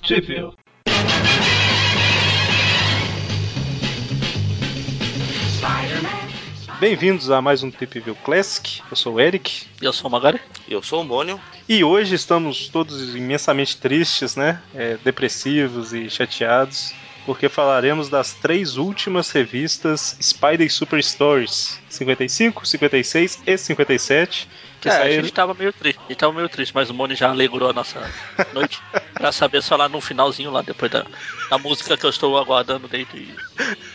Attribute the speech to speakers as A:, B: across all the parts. A: possível. Bem-vindos a mais um Tip View Classic. Eu sou o Eric.
B: Eu sou o Magari.
C: Eu sou o Mônio.
A: E hoje estamos todos imensamente tristes, né? É, depressivos e chateados. Porque falaremos das três últimas revistas Spider Super Stories: 55, 56 e 57. Que
B: É, a
A: saíram...
B: gente tava meio triste. A gente tava meio triste, mas o Moni já alegrou a nossa noite. pra saber só lá no finalzinho, lá depois da, da música que eu estou aguardando desde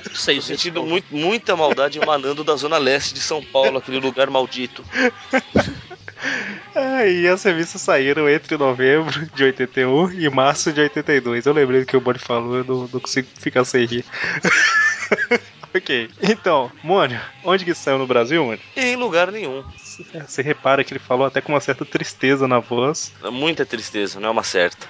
C: Tô
B: seis
C: sentindo
B: anos.
C: muito- muita maldade emanando da zona leste de São Paulo, aquele lugar maldito.
A: É, e as revistas saíram entre novembro de 81 e março de 82. Eu lembrei do que o Bonnie falou, eu não, não consigo ficar sem rir. ok, então, Mônio, onde que saiu no Brasil, Mônio?
C: E em lugar nenhum.
A: É, Você repara que ele falou até com uma certa tristeza na voz.
C: É Muita tristeza, não é uma certa.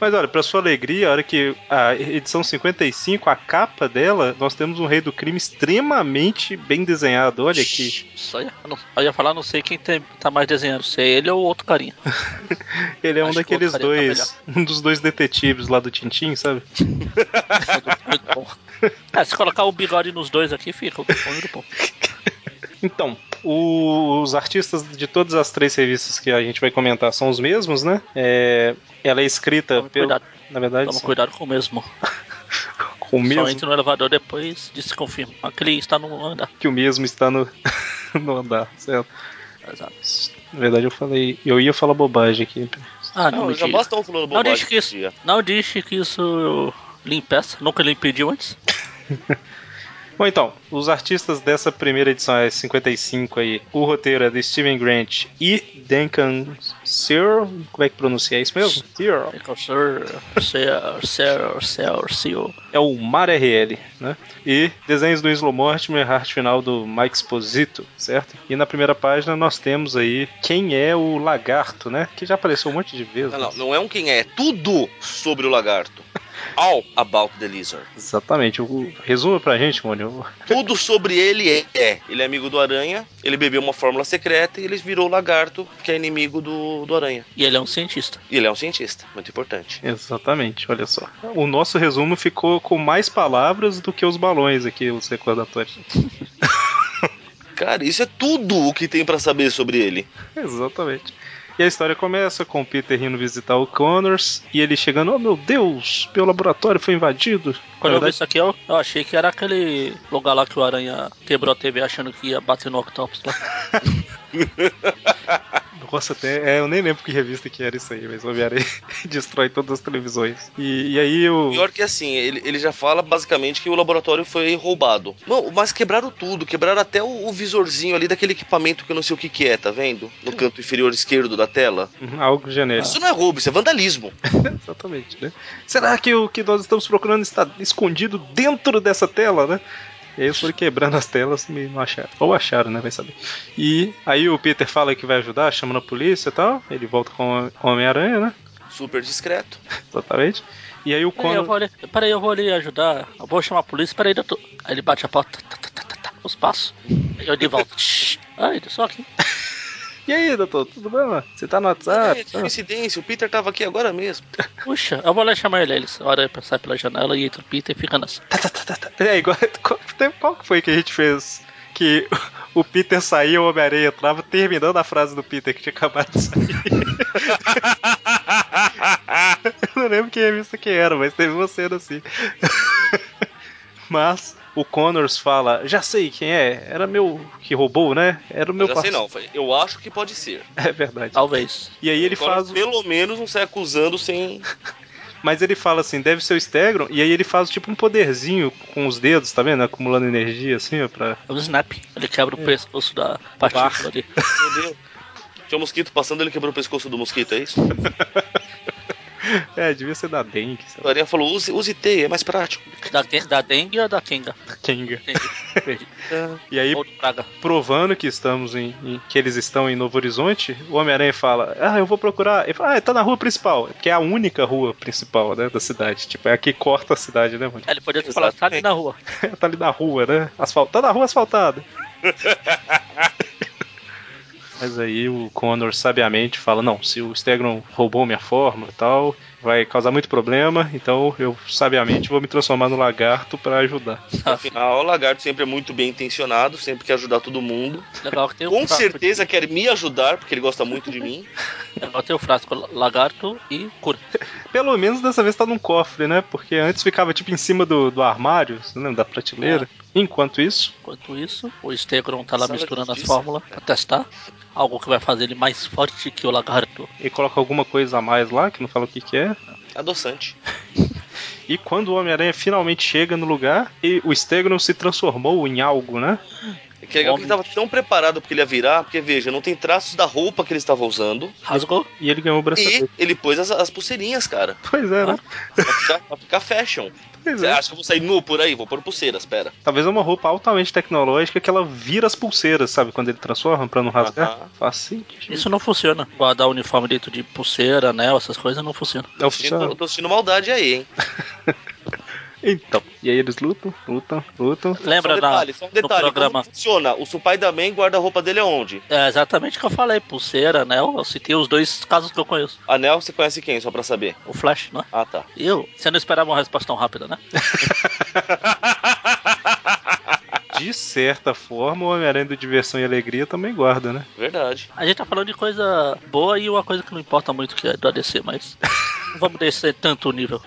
A: Mas olha, pra sua alegria, a hora que a edição 55, a capa dela, nós temos um rei do crime extremamente bem desenhado. Olha aqui.
B: Só ia, não- eu ia falar, não sei quem tem- tá mais desenhando, se é ele ou outro carinha.
A: Ele é um
B: Acho que o
A: daqueles
B: outro faria
A: dois. Um dos dois detetives lá do Tintim, sabe?
B: Muito bom. É, se colocar o bigode nos dois aqui, fica o muito bom.
A: Então, o- os artistas de todas as três revistas que a gente vai comentar são os mesmos, né? É, ela é escrita
B: Toma
A: pelo.
B: cuidado,
A: Na verdade,
B: toma cuidado com o mesmo.
A: com o mesmo
B: Só entra no elevador depois de se confirma. Aquele está no andar.
A: que o mesmo está no, no andar, certo?
B: Exato.
A: Na verdade, eu falei. Eu ia falar bobagem aqui.
B: Ah, não,
C: Não, já
B: mentira.
C: basta um falando
B: Não
C: bobagem.
B: deixe que isso,
C: dia.
B: não deixe que isso lhe impeça. Nunca lhe impediu antes.
A: Bom, então, os artistas dessa primeira edição é 55 aí. O roteiro é de Steven Grant e Duncan Searle. Como é que pronuncia isso mesmo? Searle.
B: Então, sir, sir, sir, sir, sir.
A: é o Mar RL, né? E desenhos do Winslow Mortimer, arte final do Mike Esposito, certo? E na primeira página nós temos aí quem é o lagarto, né? Que já apareceu um monte de vezes.
C: Não, não, não é um quem é, é tudo sobre o lagarto. All about the lizard.
A: Exatamente. O- o- Resuma pra gente, Mônio.
C: Tudo sobre ele é. é. Ele é amigo do aranha, ele bebeu uma fórmula secreta e ele virou o lagarto, que é inimigo do, do aranha.
B: E ele é um cientista.
C: E ele é um cientista, muito importante.
A: Exatamente, olha só. O nosso resumo ficou com mais palavras do que os balões aqui, os recordatórios.
C: Cara, isso é tudo o que tem pra saber sobre ele.
A: Exatamente. E a história começa com o Peter indo visitar o Connors e ele chegando, oh meu Deus, meu laboratório foi invadido.
B: Quando
A: Na
B: eu
A: É verdade,
B: vi isso aqui, eu, eu achei que era aquele lugar lá que o Aranha quebrou a TV achando que ia bater no Octopus lá.
A: Nossa, até, é, eu nem lembro que revista que era isso aí, mas o Homem-Aranha destrói todas as televisões. E, e aí o.
C: Pior que assim, ele, ele já fala basicamente que o laboratório foi roubado. Não, mas quebraram tudo, quebraram até o, o visorzinho ali daquele equipamento que eu não sei o que, que é, tá vendo? No canto inferior esquerdo da tela.
A: Algo genérico.
C: Isso não é roubo, isso é vandalismo.
A: Exatamente, né? Será que o que nós estamos procurando está escondido dentro dessa tela, né? E aí eles foram quebrando as telas e não acharam. Ou acharam, né? Vai saber. E aí o Peter fala que vai ajudar, chamando a polícia e tal. Ele volta com o Homem-Aranha, né?
C: Super discreto.
A: Exatamente. E aí o
B: Peraí, eu
A: Connor.
B: vou ali, peraí, eu vou ali ajudar. Eu vou chamar a polícia, peraí, doutor. Aí ele bate a porta, tá, tá, tá, tá, tá, os passos. Aí Eu de volta. Shhh. Ai, só aqui.
A: E aí, doutor, tudo bem? mano? Você tá no WhatsApp?
C: é, que coincidência, o Peter tava aqui agora mesmo.
B: Puxa, eu vou lá chamar ele. Ele olha pra sair pela janela e entra o Peter e fica nessa.
A: Tá, tá, tá, tá, tá. E aí, qual, qual- teve- qual que foi que a gente fez que o Peter saiu, o Homem-Aranha entrava, terminando a frase do Peter que tinha acabado de sair? Eu não lembro que revista que era, mas teve uma cena assim. Mas o Connors fala: Já sei quem é, era meu que roubou, né? Era o meu
C: Eu já sei não, foi- eu acho que pode ser.
A: É verdade.
B: Talvez.
A: E aí ele
C: Agora,
A: faz. o-
C: Pelo menos não sai acusando sem.
A: Mas ele fala assim, deve ser o Stegron, e aí ele faz tipo um poderzinho com os dedos, tá vendo? Acumulando energia assim, ó, pra.
B: É um snap. Ele quebra o pescoço da partícula ali.
C: Meu Deus. Tinha um mosquito passando, ele quebrou o pescoço do mosquito, é isso?
A: É, devia ser da Dengue, sei
C: O Aranha falou: use, use teia, é mais prático.
B: Da, Ken- da dengue ou da Kenga?
A: lá, Kenga.
B: Entendi.
A: E aí,
B: Ou do Praga.
A: provando que estamos em, em- que eles estão em Novo Horizonte, o Homem-Aranha fala: Ah, eu vou procurar. Ele fala, ah, tá na rua principal, que é a única rua principal, né, da cidade. Tipo, é a que corta a cidade, né, mano?
B: É, Ele podia ter falado, tá ali na rua.
A: tá ali na rua, né? Asfalto. Tá na rua asfaltada. Mas aí o Connor sabiamente fala: não, se o Stegron roubou minha forma e tal, vai causar muito problema, então eu sabiamente vou me transformar no lagarto pra ajudar.
B: Tá.
C: Afinal, o lagarto sempre é muito bem intencionado, sempre quer ajudar todo mundo.
B: Legal que tem um
C: Com
B: frasco
C: certeza quer me ajudar, porque ele gosta muito de mim.
B: De... Legal tem o frasco lagarto e cura.
A: Pelo menos dessa vez tá num cofre, né? Porque antes ficava tipo em cima do, do armário, você lembra? Da
C: É.
A: prateleira. Enquanto isso,
B: Enquanto isso, o Stegron tá lá
C: Sala de
B: misturando as
C: justiça.
B: fórmulas pra testar. Algo que vai fazer ele mais forte que o lagarto.
A: ele coloca alguma coisa a mais lá, que não fala o que, que é.
C: Adoçante.
A: E quando o Homem-Aranha finalmente chega no lugar, e o Stegron se transformou em algo, né?
C: É Que legal que
B: Homem.
C: ele tava tão preparado porque ele ia virar, porque veja, não tem traços da roupa que ele estava usando.
B: Rasgou?
A: E ele ganhou o bracelete.
C: E ele pôs as, as pulseirinhas, cara.
A: Pois é, né?
C: Pra ficar, pra ficar fashion.
A: Pois
C: Você
A: é.
C: acha que eu vou sair nu por aí? Vou pôr pulseiras, pera.
A: Talvez é uma roupa altamente tecnológica que ela vira as pulseiras, sabe? Quando ele transforma pra não rasgar.
C: Aham.
A: Faz sentido.
B: Isso não funciona. Guardar o uniforme dentro de pulseira, anel, essas coisas não funciona.
A: É o
C: Eu tô sentindo maldade aí, hein?
A: Então. E aí eles lutam, lutam, lutam.
B: Lembra
C: só um detalhe,
B: na,
C: só um detalhe.
B: no programa?
C: Como funciona? O Supai da Man guarda a roupa dele aonde?
B: É exatamente o que eu falei, pulseira, anel. Eu citei os dois casos que eu conheço.
C: Anel, você conhece quem, só pra saber?
B: O Flash, não é?
C: Ah, tá.
B: Eu? Você não esperava uma resposta tão rápida, né?
A: De certa forma, o Homem-Aranha do Diversão e Alegria também guarda, né?
C: Verdade.
B: A gente tá falando de coisa boa e uma coisa que não importa muito que é do ADC, mas. não vamos descer tanto o nível.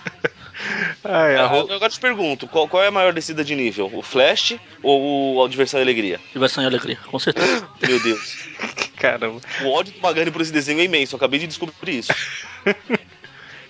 A: Ai, a roupa...
C: Ah, Eu agora te pergunto, qual, qual é a maior descida de nível? O Flash ou o a Diversão e Alegria?
B: Diversão e alegria, com certeza.
C: Meu Deus.
A: Caramba.
C: o ódio do Magani por esse desenho é imenso, eu acabei de descobrir isso.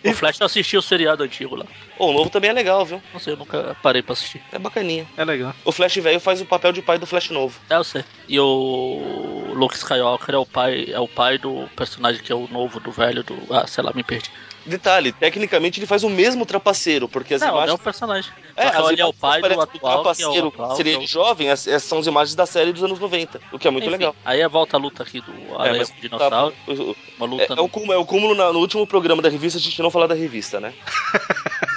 B: O Flash eu assisti o seriado antigo lá.
C: Ô, o novo também é legal, viu?
B: Não sei, eu nunca parei pra assistir.
C: É bacaninha.
A: É legal.
C: O Flash velho faz o papel de pai do Flash novo.
B: É, eu sei. E o Luke Skywalker é o pai, é o pai do personagem que é o novo, do velho, do. Ah, sei lá, me perdi.
C: Detalhe, tecnicamente ele faz o mesmo trapaceiro, porque as
B: não, ele é
C: imagens.
B: o personagem.
C: É,
B: Só que
C: as
B: ele é o
C: imagens
B: pai do
C: parecem
B: atual, que é o
C: trapaceiro,
B: atual.
C: seria
B: que é
C: ele
B: o-
C: jovem, as- essas são as imagens da série dos anos 90, o que é muito
B: Enfim,
C: legal.
B: Aí é volta a luta aqui do
C: É,
B: Aranha
C: mas
B: com o Dinossauro.
C: tá- o- o-
B: Uma luta.
C: é, é o cúmulo, é o cúmulo na- no último programa da revista, a gente não falar da revista, né?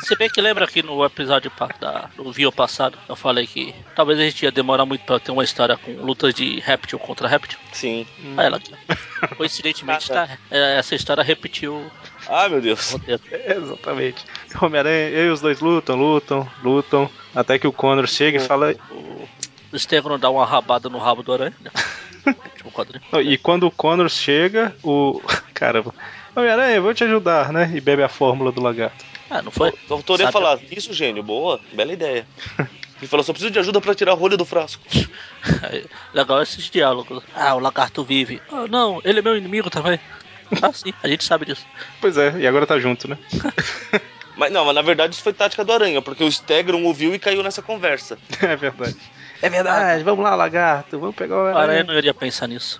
B: Se bem que lembra que no episódio pa- da, do Vio passado, eu falei que talvez a gente ia demorar muito pra ter uma história com lutas de réptil contra réptil.
C: Sim.
B: Aí ela aqui. Coincidentemente, tá, é, essa história repetiu
C: Ah, meu
B: o
C: Deus.
B: roteiro.
A: É, Exatamente. Homem-Aranha, eu e os dois lutam, lutam, lutam. Até que o Connor chega e fala.
B: O Stegron dá uma rabada no rabo do aranha. né? Último quadrinho.
A: Não, E quando o Connor chega, o. Caramba. Homem-Aranha, eu vou te ajudar, né? E bebe a fórmula do lagarto.
B: Ah, não foi?
C: Só voltaria a
B: Sabe-
C: falar, isso, gênio, boa, bela ideia. Ele falou, só preciso de ajuda pra tirar a rolha do frasco.
B: Aí, Legal esses diálogos. Ah, o lagarto vive. Ah, não, ele é meu inimigo também. Ah, sim, a gente sabe disso.
A: Pois é, e agora tá junto, né?
C: Mas não, mas na verdade isso foi tática do Aranha, porque o Stegron ouviu e caiu nessa conversa.
A: É verdade. É verdade, vamos lá, lagarto, vamos pegar o
B: O aranha não iria pensar nisso.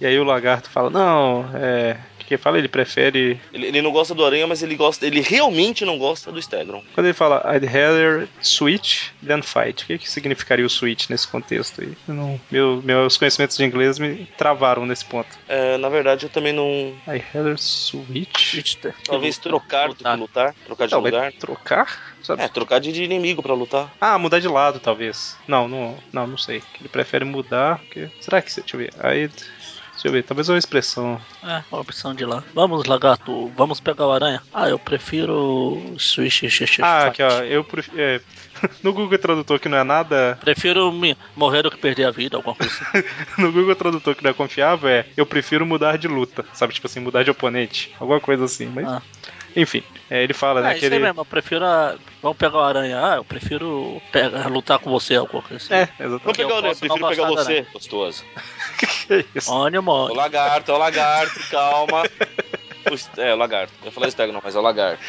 A: E aí o lagarto fala: Não, é. O que fala? Ele prefere.
C: Ele, ele não gosta do Aranha, mas ele gosta, ele realmente não gosta do Stegron.
A: Quando ele fala I'd rather switch than fight, o que, que significaria o switch nesse contexto aí? Eu não- meu- meus conhecimentos de inglês me travaram nesse ponto.
C: É, na verdade, eu também não.
A: I'd rather switch.
C: Talvez trocar do que lutar, trocar de
A: Não, vai
C: lugar.
A: trocar? Sabe?
C: É, trocar de de inimigo pra lutar.
A: Ah, mudar de lado, talvez. Não, não, não, não sei. Ele prefere mudar. Porque... Será que. Deixa eu ver. Aí. Deixa eu ver, talvez é uma expressão.
B: É, uma opção de lá. Vamos, lagarto, vamos pegar o aranha. Ah, eu prefiro. Switch, switch,
A: Ah, aqui,
B: fight.
A: ó. Eu prefiro. É, no Google Tradutor, que não é nada.
B: Prefiro me morrer do que perder a vida, alguma coisa assim.
A: No Google Tradutor, que não é confiável, é. Eu prefiro mudar de luta. Sabe? Tipo assim, mudar de oponente. Alguma coisa assim. Mas.
B: Ah.
A: Enfim. É, ele fala,
B: É,
A: né? Que
B: isso aí
A: ele.
B: mesmo, eu prefiro. a- Vamos pegar o aranha. Ah, eu prefiro pegar, lutar com você, alguma coisa assim.
A: É, exatamente.
C: Vamos
B: Porque eu
C: pegar o Aranha,
B: posso não
C: prefiro pegar
B: gostar do
C: você. Gostoso.
A: Que isso?
B: Ônimo,
C: O
B: ônimo.
C: lagarto, é o lagarto, calma. O Ste- é, o lagarto. Eu ia falar Stegron, mas é o lagarto.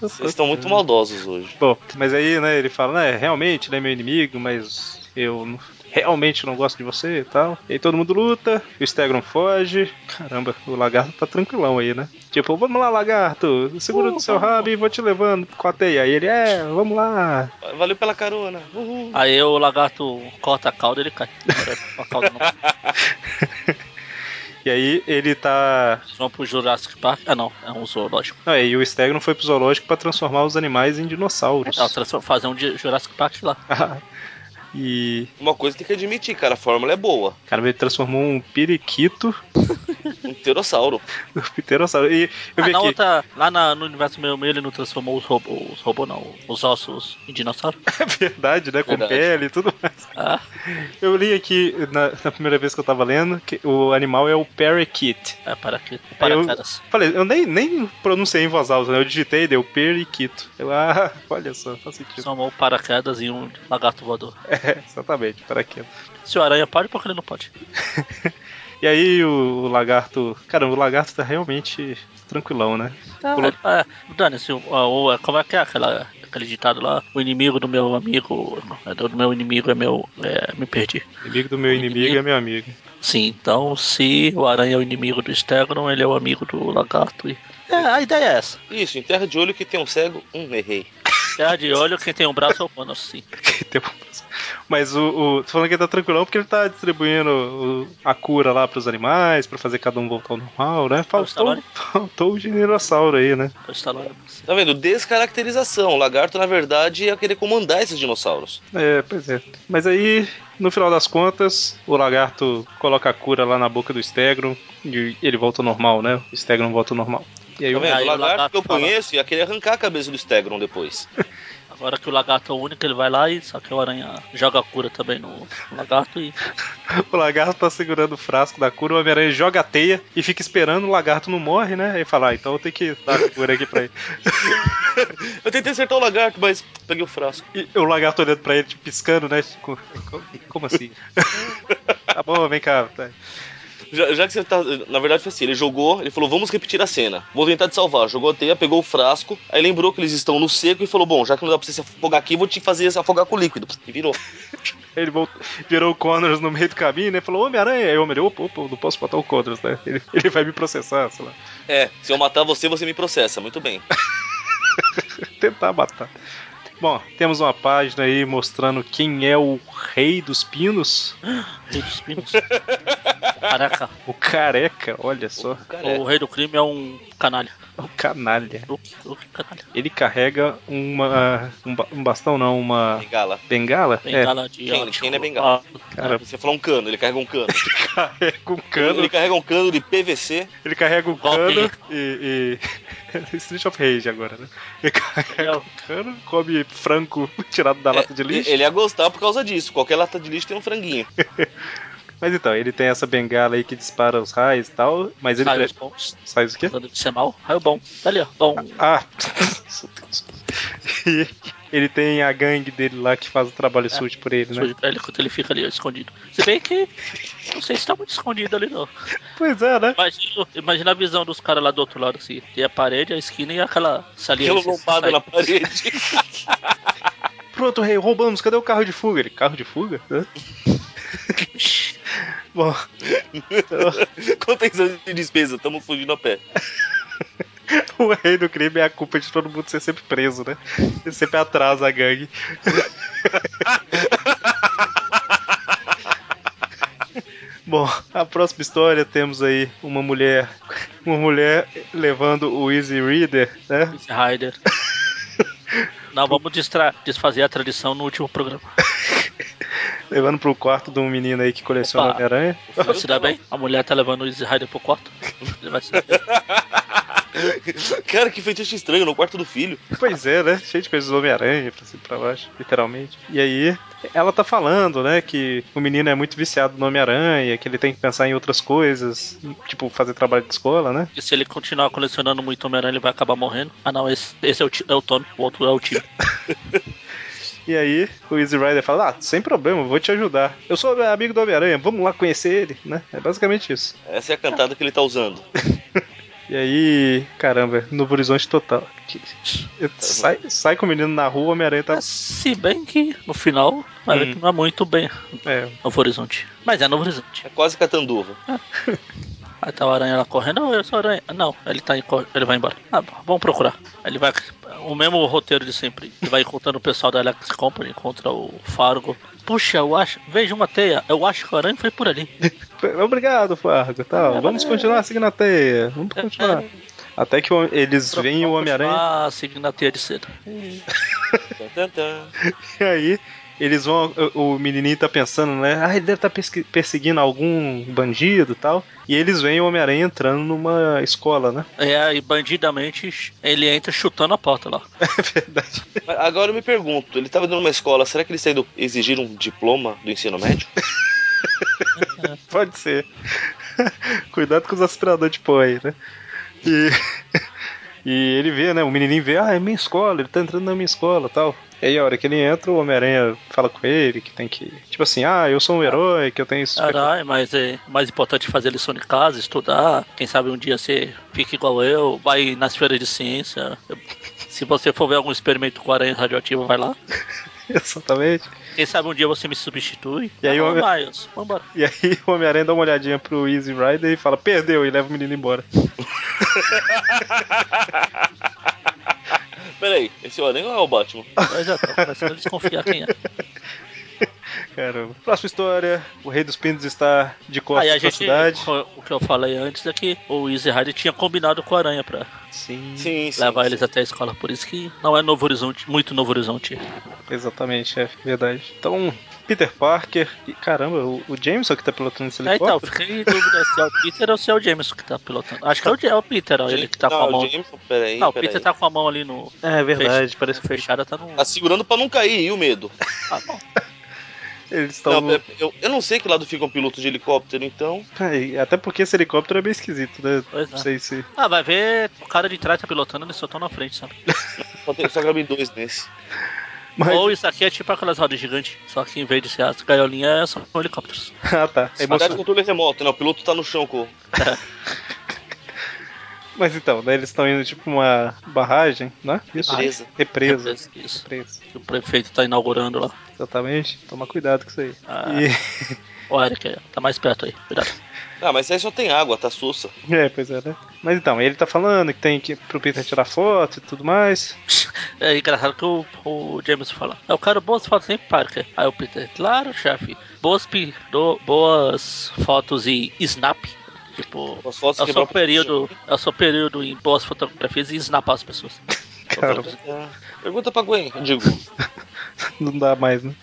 C: Vocês estão muito maldosos hoje.
A: Bom, mas aí, né, ele fala, né, realmente ele é meu inimigo, mas eu n- realmente não gosto de você e tal. E aí todo mundo luta, o Stegron foge. Caramba, o lagarto tá tranquilão aí, né? Tipo, vamos lá, lagarto, segura no seu rabo e vou te levando com a teia. Aí ele, é, vamos lá.
C: Valeu pela carona. Uhul.
B: Aí o lagarto corta a cauda e ele cai. A cauda não.
A: E aí ele tá.
B: Eles vão pro Jurassic Park. Ah, não, é um zoológico.
A: Não, e o Stegron foi pro zoológico pra transformar os animais em dinossauros.
B: Ela transforma- fazer um de Jurassic Park lá.
A: e.
C: Uma coisa tem que admitir, cara, a fórmula é boa.
A: Cara, ele transformou um periquito
C: Um pterossauro.
A: O Pterossauro. E eu
B: Ah,
A: vi
B: na
A: aqui.
B: outra, lá na- no universo meio meio ele não transformou os robôs, os robôs não, os ossos em dinossauro.
A: É verdade, né? Com
C: Verdade.
A: pele e tudo mais.
B: Ah,
A: Eu li aqui na, na primeira vez que eu tava lendo que o animal é o parakeet.
B: é para aqui,
A: Aí
B: para
A: eu
B: caras.
A: falei, eu nem, nem pronunciei em voz alta, né? Eu digitei e deu periquito. Eu, ah, olha só, faz sentido.
B: Transformou paraquedas em um lagarto voador.
A: É, exatamente, paraquedo.
B: Se o aranha pode, por que ele não pode?
A: E aí o, o lagarto. Cara, o lagarto tá realmente tranquilão, né?
B: Então,
A: Pulou-
B: é, é, Dane-se, o- o- como é que é aquela- aquele ditado lá? O inimigo do meu amigo, é, do meu inimigo é meu, é, me perdi.
A: Inimigo do meu inimigo, é meu amigo.
B: Sim, então se o aranha é o inimigo do Stegron, ele é o amigo do lagarto. e- É, a ideia é essa.
C: Isso, em terra de olho que tem um cego, hum, errei.
B: Terra de olho, quem tem um braço é o Manos, sim.
A: Que tempo. Mas o, o. Tô falando que ele tá tranquilão porque ele tá distribuindo o- a cura lá pros animais, pra fazer cada um voltar ao normal, né? Faltou,
B: Stallone?
A: faltou o dinossauro aí, né?
B: O Stallone.
C: Tá vendo? Descaracterização. O lagarto, na verdade, ia querer comandar esses dinossauros.
A: É, pois é. Mas aí, no final das contas, o lagarto coloca a cura lá na boca do Stegron e ele volta ao normal, né? O Stegron volta ao normal. E aí
C: Tá
A: o
C: vendo?
B: Aí
C: o
B: o
C: lagarto que eu
B: lagarto fala.
C: conheço ia querer arrancar a cabeça do Stegron depois.
B: Agora que o lagarto é o único, ele vai lá e só que o aranha joga a cura também no lagarto e
A: O lagarto tá segurando o frasco da cura, o Homem-Aranha joga a teia e fica esperando, o lagarto não morre, né? Aí fala, ah, então eu tenho que dar a cura aqui pra ele.
C: Eu tentei acertar o lagarto, mas peguei o frasco.
A: E o lagarto olhando pra ele, tipo, piscando, né? Tipo, co- como assim? tá bom, vem cá. tá.
C: Já, já que você tá. Na verdade, foi assim: ele jogou, ele falou, vamos repetir a cena. Vou tentar te salvar. Jogou a teia, pegou o frasco, aí lembrou que eles estão no seco e falou: bom, já que não dá pra você se afogar aqui, vou te fazer se afogar com o líquido. E virou.
A: Ele voltou, virou o Connors no meio do caminho, né? Falou, Homem-Aranha. Aí o Homem-Aranha, opa, opa, eu não posso matar o Connors, né? Ele, ele vai me processar, sei lá.
C: É, se eu matar você, você me processa. Muito bem.
A: Tentar matar. Bom, temos uma página aí mostrando quem é o rei dos pinos.
B: rei dos pinos. Caraca,
A: O careca, olha só.
C: Cara,
B: o rei do crime é um canalha.
A: O canalha.
B: Duke, Duke canalha.
A: Ele carrega uma. Um, ba- um bastão, não, uma.
C: é, Gala.
A: Bengala?
B: Bengala de Ah,
C: Quem-
B: ódio.
C: quem não é
A: É,
C: bengala?
B: né?
A: cara,
C: Você falou um cano, ele carrega um cano.
A: carrega um
C: Ele
A: cano,
C: carrega um cano de PVC.
A: ele carrega um
B: Golpe.
A: cano e. e... Street of Rage agora, né? Ele carrega um cano, come frango tirado da lata de lixo.
C: É, Ele ia gostar por causa disso. Qualquer lata de lixo tem um franguinho.
A: Mas então, ele tem essa bengala aí que dispara os raios e tal, mas ele.
B: Raios bons.
A: Sai o quê?
B: Quando ele ser mal, raio bom. Tá ali, ó. Bom.
A: Ah! Meu Deus. E ele tem a gangue dele lá que faz o trabalho sujo por ele, né?
B: Surge pra é ele quando ele fica ali ó, escondido. Se bem que. Não sei se tá muito escondido ali não.
A: Pois é, né?
B: Imagina, imagina a visão dos caras lá do outro lado, assim. Tem a parede, a esquina e aquela salinha.
C: Aquilo
B: assim,
C: lombado
B: sai-
C: na parede.
A: Pronto, rei, roubamos, cadê o carro de fuga? Ele, carro de fuga? Hã? Bom,
C: Quanto é isso de despesa? Tamo fugindo a pé.
A: o rei do crime é a culpa de todo mundo ser sempre preso, né? Ele sempre atrasa a gangue. Bom, a próxima história temos aí uma mulher, uma mulher levando o Easy Reader, né?
B: Esse Rider. Não, vamos distra- desfazer a tradição no último programa.
A: Levando pro quarto de um menino aí que coleciona
B: Opa.
A: Homem-Aranha.
B: Vai se dar bem? A mulher tá levando o Easy Rider pro quarto. Ele vai se dar bem.
C: Cara, que feitiço estranho no quarto do filho.
A: Pois é, né? Cheio de coisas do Homem-Aranha pra cima e pra baixo, literalmente. E aí, ela tá falando, né, que o menino é muito viciado no Homem-Aranha, que ele tem que pensar em outras coisas, tipo fazer trabalho de escola, né?
B: E se ele continuar colecionando muito Homem-Aranha, ele vai acabar morrendo. Ah não, esse, esse é, o, Ti- é o Tommy, o outro é o
A: Tá.
B: Tim.
A: E aí, o Easy Rider fala: Ah, sem problema, eu vou te ajudar. Eu sou amigo do Homem-Aranha, vamos lá conhecer ele, né? É basicamente isso.
C: Essa é a cantada que ele tá usando.
A: E aí, caramba, no horizonte total. Que- Sai, sai com o menino na rua, o Homem-Aranha tá.
B: Mas Se bem que no final vai
A: Hum.
B: ver que não é muito bem
A: É,
B: Novo Horizonte. Mas é Novo Horizonte.
C: É quase catanduva.
B: Aí tá o aranha lá correndo. Não, eu sou aranha. Não, ele tá em cor- ele vai embora. Ah, bom, vamos procurar. Ele vai. O mesmo roteiro de sempre. Ele vai encontrando o pessoal da Alex Company, encontra o Fargo. Puxa, eu acho. Vejo uma teia. Eu acho que o aranha foi por ali.
A: Obrigado, Fargo. Tal. Vamos continuar seguindo a teia. Vamos continuar. Até que o- eles veem o Homem-Aranha
B: Ah, seguindo a teia de seda.
C: Tan, tan, tan.
A: e aí eles vão. O o menininho tá pensando, né? Ah, ele deve estar perseguindo algum bandido e tal. E eles veem o Homem-Aranha entrando numa escola, né?
B: É, e bandidamente ele entra chutando a porta lá.
A: É verdade.
C: Mas Agora eu me pergunto, ele tava numa escola, será que eles têm ido exigir um diploma do ensino médio?
A: Pode ser. Cuidado com os aspiradores de pó aí, né? E, e ele vê, né? O menininho vê, ah, é minha escola, ele tá entrando na minha escola tal. E aí, a hora que ele entra, o Homem-Aranha fala com ele que tem que. Tipo assim, ah, eu sou um herói, que eu tenho. super-
B: Caralho, mas é mais importante fazer lição de casa, estudar. Quem sabe um dia você fica igual eu, vai nas feiras de ciência. Se você for ver algum experimento com aranha radioativa, vai lá.
A: Exatamente.
B: Quem sabe um dia você me substitui.
A: E aí
B: ah,
A: o-
B: vai, Miles, vambora.
A: E aí o Homem-Aranha dá uma olhadinha pro Easy Rider e fala, perdeu, e leva o menino embora.
C: Peraí, esse Aranha não é o Batman.
B: Mas já tá começando a desconfiar quem é.
A: Caramba. Próxima história, o Rei dos Pinos está de
B: Aí
A: costas
B: a
A: pra
B: gente,
A: cidade.
B: o que eu falei antes é que o Easy Rider tinha combinado com o Aranha pra
A: Sim,
C: Sim, sim.
B: levar eles até a escola, por isso que não é Novo Horizonte, muito Novo Horizonte.
A: exatamente, é verdade. Então, Peter Parker... E, caramba, o, o Jameson que tá pilotando esse
B: É, então,
A: helicóptero?
B: fiquei em dúvida se é o Peter ou se é o Jameson que tá pilotando. Acho que é o, Ja- é o Peter, ó, ele que tá
C: não,
B: com a mão.
C: o Jameson, peraí,
B: Não, o
C: peraí.
B: Peter tá com a mão ali no.
A: É verdade,
B: fech-
A: parece que foi...
B: Fechada tá no.
C: Tá segurando pra não cair, e o medo?
B: Ah, bom.
A: Eles estão...
C: Não, é- eu, eu não sei que lado fica um piloto de helicóptero, então.
A: É, Até porque esse helicóptero é bem esquisito, né?
B: Pois é.
A: Não sei se...
B: Ah, vai ver, o cara de trás tá pilotando, eles só estão na frente, sabe?
C: Só, tem, só cabe dois nesse.
A: Mas...
B: Ou isso aqui é tipo aquelas rodas gigantes, só que em vez de ser as gaiolinhas, são helicópteros.
A: ah, tá. É
C: Na verdade,
A: emocionante.
C: controle remoto, né? O piloto tá no chão com.
A: Mas então, né, eles estão indo tipo uma barragem, né? Isso.
C: Represa.
A: Represa.
B: Isso,
A: Represa.
B: que o prefeito tá inaugurando lá.
A: Exatamente. Toma cuidado com isso aí.
B: Ah.
A: E-
B: Ó, Eric, tá mais perto aí, cuidado.
C: Ah, mas aí só tem água, tá sussa.
A: É, pois é, né? Mas então, ele tá falando que tem que pro Peter tirar foto e tudo mais.
B: É engraçado que o, o Jameson fala. Eu quero boas fotos em Parker. Aí o Peter, claro, chefe. Boas, pi- do- boas fotos e snap. Tipo,
C: As fotos
A: Tá
B: é o seu
C: quebraram-
B: período. É o seu período em boas fotografias e snapar as pessoas.
A: Cara,
C: É. Pergunta pra Gwen. Eu digo,
A: não dá mais, né?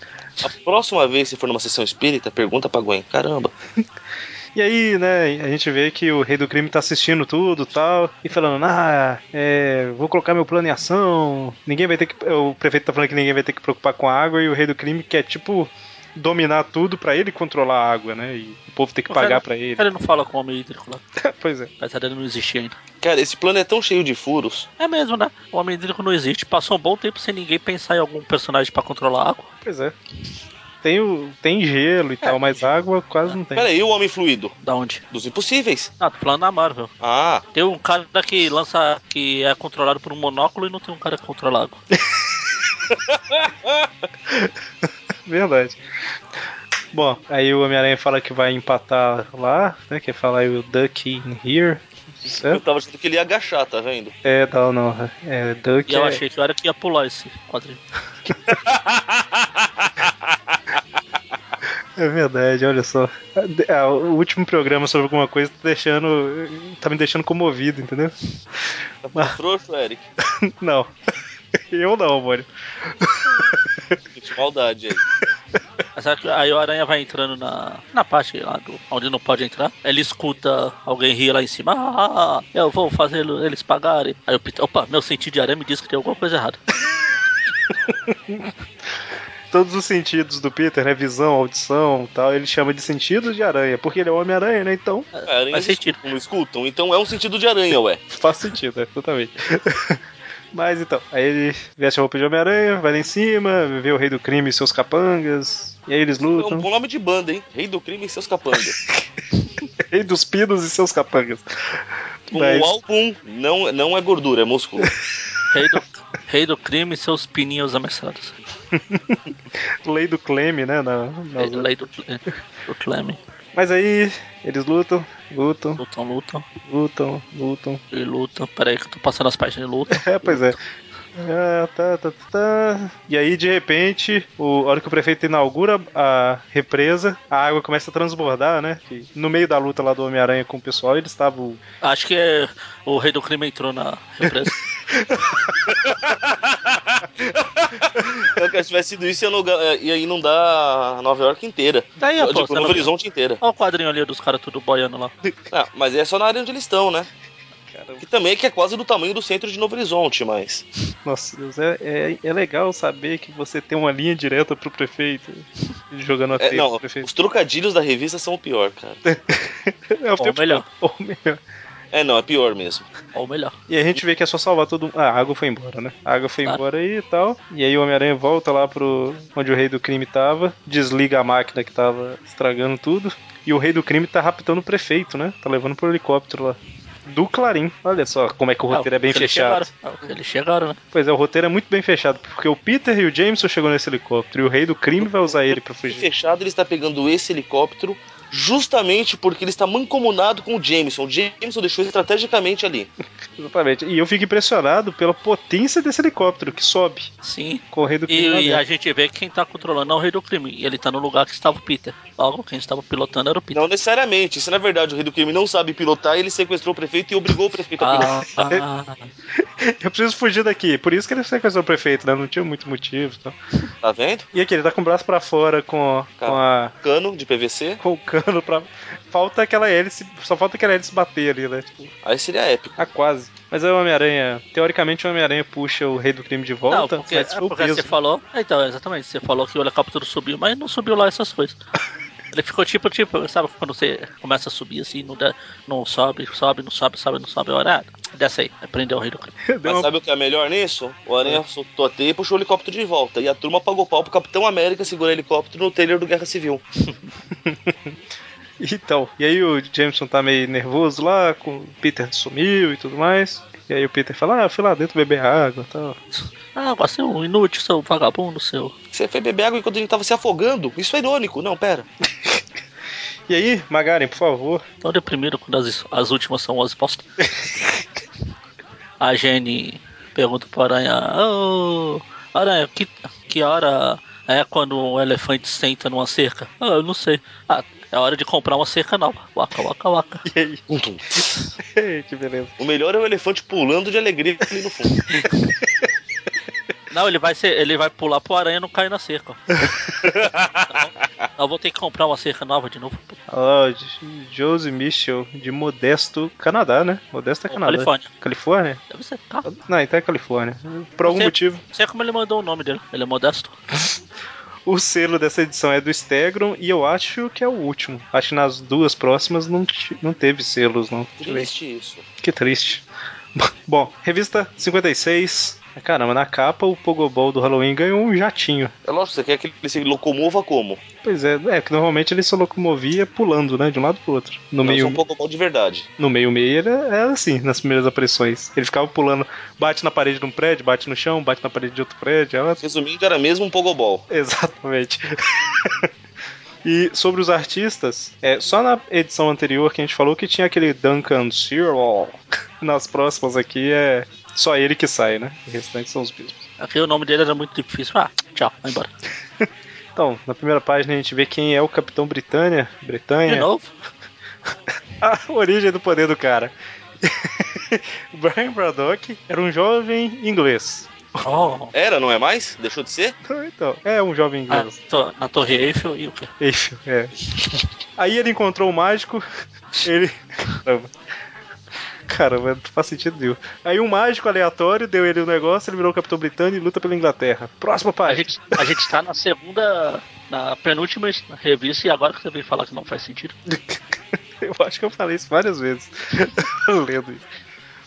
C: a próxima vez, se for numa sessão espírita, pergunta pra Gwen. Caramba.
A: E aí, né, a gente vê que o rei do crime tá assistindo tudo e tal, e falando, ah, é, vou colocar meu plano em ação, ninguém vai ter que. O prefeito tá falando que ninguém vai ter que preocupar com a água, e o rei do crime quer, tipo, dominar tudo pra ele controlar a água, né? E o povo tem que pagar pra ele.
B: Ele não fala com o homem hídrico lá.
A: pois é.
B: Apesar dele não existir ainda.
C: Cara, esse plano é tão cheio de furos.
B: É mesmo, né? O homem hídrico não existe. Passou um bom tempo sem ninguém pensar em algum personagem pra controlar a água.
A: Pois é. Tem, o, tem gelo e tal, mas água quase não tem.
C: Pera aí, o homem fluido.
B: Da onde?
C: Dos impossíveis.
B: Ah, tô falando da Marvel.
C: Ah,
B: Tem um cara que lança. que é controlado por um monóculo e não tem um cara que controla a água.
A: Verdade. Bom, aí o Homem-Aranha fala que vai empatar lá, né? Que fala aí o Duck in here.
C: eu
A: Certo?
C: tava achando que ele ia agachar, tá vendo?
A: É, não, não. É Duck.
B: E eu
A: é-
B: achei que eu era que ia pular esse quadrinho.
C: Tá
A: É verdade, olha só. Ah, O último programa sobre alguma coisa tá deixando. tá me deixando comovido, entendeu?
C: Tá frouxo, Eric.
A: Não. Eu não, mano.
C: Que maldade aí.
B: Mas sabe que Aí o aranha vai entrando na, na parte lá do, onde não pode entrar. Ele escuta alguém rir lá em cima. Ah, eu vou fazer eles pagarem. Aí o Peter, opa, meu sentido de aranha me diz que tem alguma coisa errada.
A: Todos os sentidos do Peter, né? Visão, audição e tal, ele chama de sentido de aranha, porque ele é o Homem-Aranha, né? Então
C: Aranhas
B: Faz sentido.
C: escutam, escutam, então é um sentido de aranha, ué.
A: Faz sentido, é, totalmente. Mas então, aí ele veste a roupa de Homem-Aranha, vai lá em cima, vê o rei do crime e seus capangas, e aí eles
C: É um
B: então-
A: lutam.
C: bom nome de banda, hein? Rei do crime e seus capangas.
A: Rei dos pinos e seus capangas.
C: O
A: Mas-
C: álbum não, não é gordura, é músculo.
B: Rei do, rei do crime e seus pininhos ameaçados.
A: Lei do Cleme, né? na- na-
B: Rei- É, Lei do, do Clem.
A: Mas aí eles lutam, lutam,
B: Lutam, lutam.
A: lutam, lutam.
B: E lutam. Peraí que eu tô passando as páginas de luta.
A: É, pois é. Ah, tá, tá, tá, tá. E aí, de repente, o, a hora que o prefeito inaugura a represa, a água começa a transbordar, né? Que no meio da luta lá do Homem-Aranha com o pessoal, eles estavam
B: Acho que é, o rei do crime entrou na represa.
C: Então, cara, se tivesse sido isso, ia, não, ia inundar Nova York inteira.
B: Daí, Tá
C: Eu
B: pô,
C: digo,
B: você
C: Novo
B: não-
C: Horizonte inteira.
B: Olha o quadrinho ali dos caras tudo boiando lá.
C: Ah, mas é só na área onde eles estão, né?
A: Caramba.
C: Que também é que é quase do tamanho do centro de Novo Horizonte, mas.
A: Nossa, Deus, é, é, é legal saber que você tem uma linha direta pro prefeito. Jogando a
C: É,
A: teia
C: não,
A: pro prefeito.
C: os trocadilhos da revista são o pior, cara.
A: É o
B: Ou melhor.
A: Ou melhor.
C: É, não, é pior mesmo.
B: Ou melhor.
A: E a gente vê que é só salvar todo mundo. Ah, a água foi embora, né? A água foi
B: Tá.
A: embora aí e tal. E aí o Homem-Aranha volta lá pro. onde o rei do crime tava, desliga a máquina que tava estragando tudo. E o rei do crime tá raptando o prefeito, né? Tá levando pro helicóptero lá. Do Clarim. Olha só como é que o
B: Ah,
A: roteiro é bem
B: Eles
A: fechado.
B: chegaram. Ah, Eles chegaram, né?
A: Pois é, o roteiro é muito bem fechado, porque o Peter e o Jameson chegou nesse helicóptero e o rei do crime vai usar ele pra fugir.
C: Fechado, ele está pegando esse helicóptero justamente porque ele está mancomunado com o Jameson. O Jameson deixou ele estrategicamente ali.
A: Exatamente. E eu fico impressionado pela potência desse helicóptero que sobe
B: Sim.
A: com o rei do crime. lá
B: E,
A: dentro.
B: a gente vê que quem tá controlando é o rei do crime. E ele tá no lugar que estava o Peter. Logo, quem estava pilotando era o Peter.
C: Não necessariamente. Se na verdade o rei do crime não sabe pilotar, ele sequestrou o prefeito e obrigou o prefeito a pilotar.
B: Ah, ah,
A: Eu preciso fugir daqui. Por isso que ele sequestrou o prefeito, né? Não tinha muito motivo. e tal.
C: Tá vendo?
A: E aqui, ele tá com o braço pra fora, com,
C: Cara.
A: com, a,
C: Cano de PVC.
A: com o cano pra. Falta aquela hélice. Só falta aquela hélice bater ali, né? Tipo,
C: Aí seria épico.
A: ah, quase. Mas aí o Homem-Aranha. Teoricamente, o Homem-Aranha puxa o rei do crime de
B: não,
A: volta.
B: porque,
A: mas
B: é
A: foi o
B: porque você
A: peso.
B: falou. é, Então, exatamente. Você falou que o helicóptero subiu, mas não subiu lá essas coisas. Ele ficou tipo, tipo, sabe quando você começa a subir assim, não, dá- não sobe, sobe, não sobe, sobe, não sobe, olha, ah, desce aí, é prender o rei do crime.
A: Deu
C: Mas
A: uma-
C: sabe o que é melhor nisso? O Aranha soltou a teia e puxou o helicóptero de volta. E a turma pagou pau pro Capitão América segurar o helicóptero no trailer do Guerra Civil.
A: Então, e aí o Jameson tá meio nervoso lá, com o Peter sumiu e tudo mais. E aí o Peter fala, ah, eu fui lá dentro beber água e tal.
B: Ah, você é um inútil, seu vagabundo, seu.
C: Você foi beber água enquanto ele tava se afogando? Isso é irônico. Não, pera.
A: E aí, Magaren, por favor.
B: Tão deprimido quando as, as últimas são as postas. a Jenny pergunta pro Aranha: "Ô, Aranha, que, que hora é quando um elefante senta numa cerca? Ah, eu não sei. Ah, é hora de comprar uma cerca nova. Waka, waka, waka.
A: E aí?
C: Tum, tum.
A: Ei, que beleza.
C: O melhor é o elefante pulando de alegria ali no fundo.
B: Não, ele vai, ser, ele vai pular pro Aranha e não cair na cerca. Não, eu vou ter que comprar uma cerca nova de novo.
A: Ó, J- Josie Mitchell, de Modesto, Canadá, né? Modesto é
B: Ou
A: Canadá.
B: Califórnia.
A: Califórnia?
B: Deve ser. Tá.
A: Não, então é Califórnia. Por algum
B: Você-
A: motivo,
B: Não sei como ele mandou o nome dele. Ele é modesto.
A: o selo dessa edição é do Stegron e eu acho que é o último. Acho que nas duas próximas não, ti- não teve selos, não. Deixa eu ver.
C: Triste isso.
A: Que triste. Bom, revista 56. Caramba, na capa o Pogobol do Halloween ganhou um jatinho.
C: É lógico, você quer que ele se locomova como?
A: Pois é, é que normalmente ele se locomovia pulando, né? De um lado pro outro. No
C: Não,
A: meio
C: só um pouco mal de verdade.
A: No meio-meio ele era assim, nas primeiras aparições. Ele ficava pulando, bate na parede de um prédio, bate no chão, bate na parede de outro prédio. Era...
C: Resumindo, era mesmo um pogobol.
A: Exatamente. e sobre os artistas, é, só na edição anterior que a gente falou que tinha aquele Duncan Searle. Nas próximas aqui é só ele que sai, né? O restante são os mesmos.
B: Aqui o nome dele era muito difícil. Ah, tchau, vai embora.
A: Então, na primeira página a gente vê quem é o Capitão Britânia.
B: De
A: Britânia. Ah,
B: novo.
A: a origem do poder do cara. Brian Braddock era um jovem inglês.
B: Oh.
C: Era, não é mais? Deixou de ser?
A: Então, é um jovem
B: Ah,
A: inglês.
B: to- na Torre Eiffel e o quê?
A: Eiffel, é. Aí ele encontrou o mágico, ele. Caramba. Caramba, não faz sentido nenhum. Aí um mágico aleatório deu ele o negócio, ele virou o Capitão Britânico e luta pela Inglaterra. Próxima
B: A
A: página.
B: gente, a gente tá na segunda, na penúltima es- revista e agora que você veio falar que não faz sentido.
A: Eu acho que eu falei isso várias vezes. Lendo isso.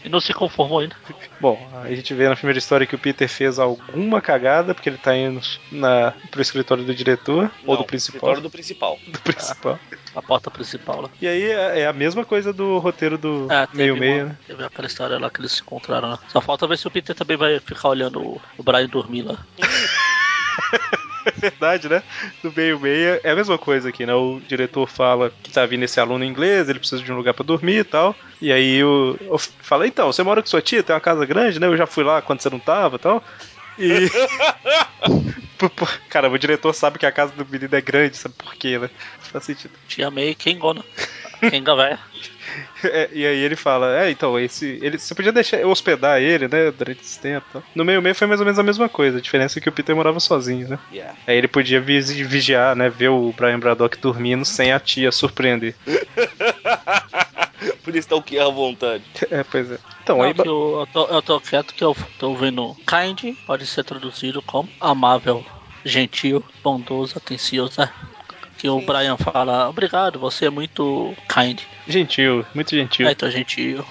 B: E não se conformou ainda.
A: Bom, aí a gente vê na primeira história que o Peter fez alguma cagada, porque ele tá indo na, pro escritório do diretor, ou
C: Não,
A: do principal.
C: escritório do principal.
A: Do principal.
B: A porta principal lá.
A: E aí é é a mesma coisa do roteiro do
B: Ah, teve
A: meio-meio,
B: uma-
A: né?
B: Teve aquela história lá que eles se encontraram lá. Só falta ver se o Peter também vai ficar olhando o, o Brian dormir lá.
A: verdade, né? Do meio-meia é a mesma coisa aqui, né? O diretor fala que tá vindo esse aluno inglês, ele precisa de um lugar pra dormir e tal. E aí o, eu fala, então, você mora com sua tia, tem uma casa grande, né? Eu já fui lá quando você não tava e tal. E. Pô, pô, Cara, o diretor sabe que a casa do menino é grande, sabe por quê, né? Faz sentido.
B: Tinha meio quem engona. Kinga vai.
A: É, e aí ele fala, é, então, esse. Ele, você podia deixar eu hospedar ele, né? Durante esse tempo. e tal. No meio meio foi mais ou menos a mesma coisa. A diferença é que o Peter morava sozinho, né?
C: Yeah.
A: Aí ele podia visi- vigiar, né? Ver o Brian Braddock dormindo sem a tia surpreender.
C: Podia stalkear à vontade.
A: É, pois é. Então,
B: Não,
A: aí. ba-
B: que eu, eu tô, eu tô quieto que eu tô ouvindo kind, pode ser traduzido como amável, gentil, bondoso, atencioso. né? Que o Brian fala, obrigado, você é muito kind.
A: Gentil, muito gentil.
B: É, então gentil.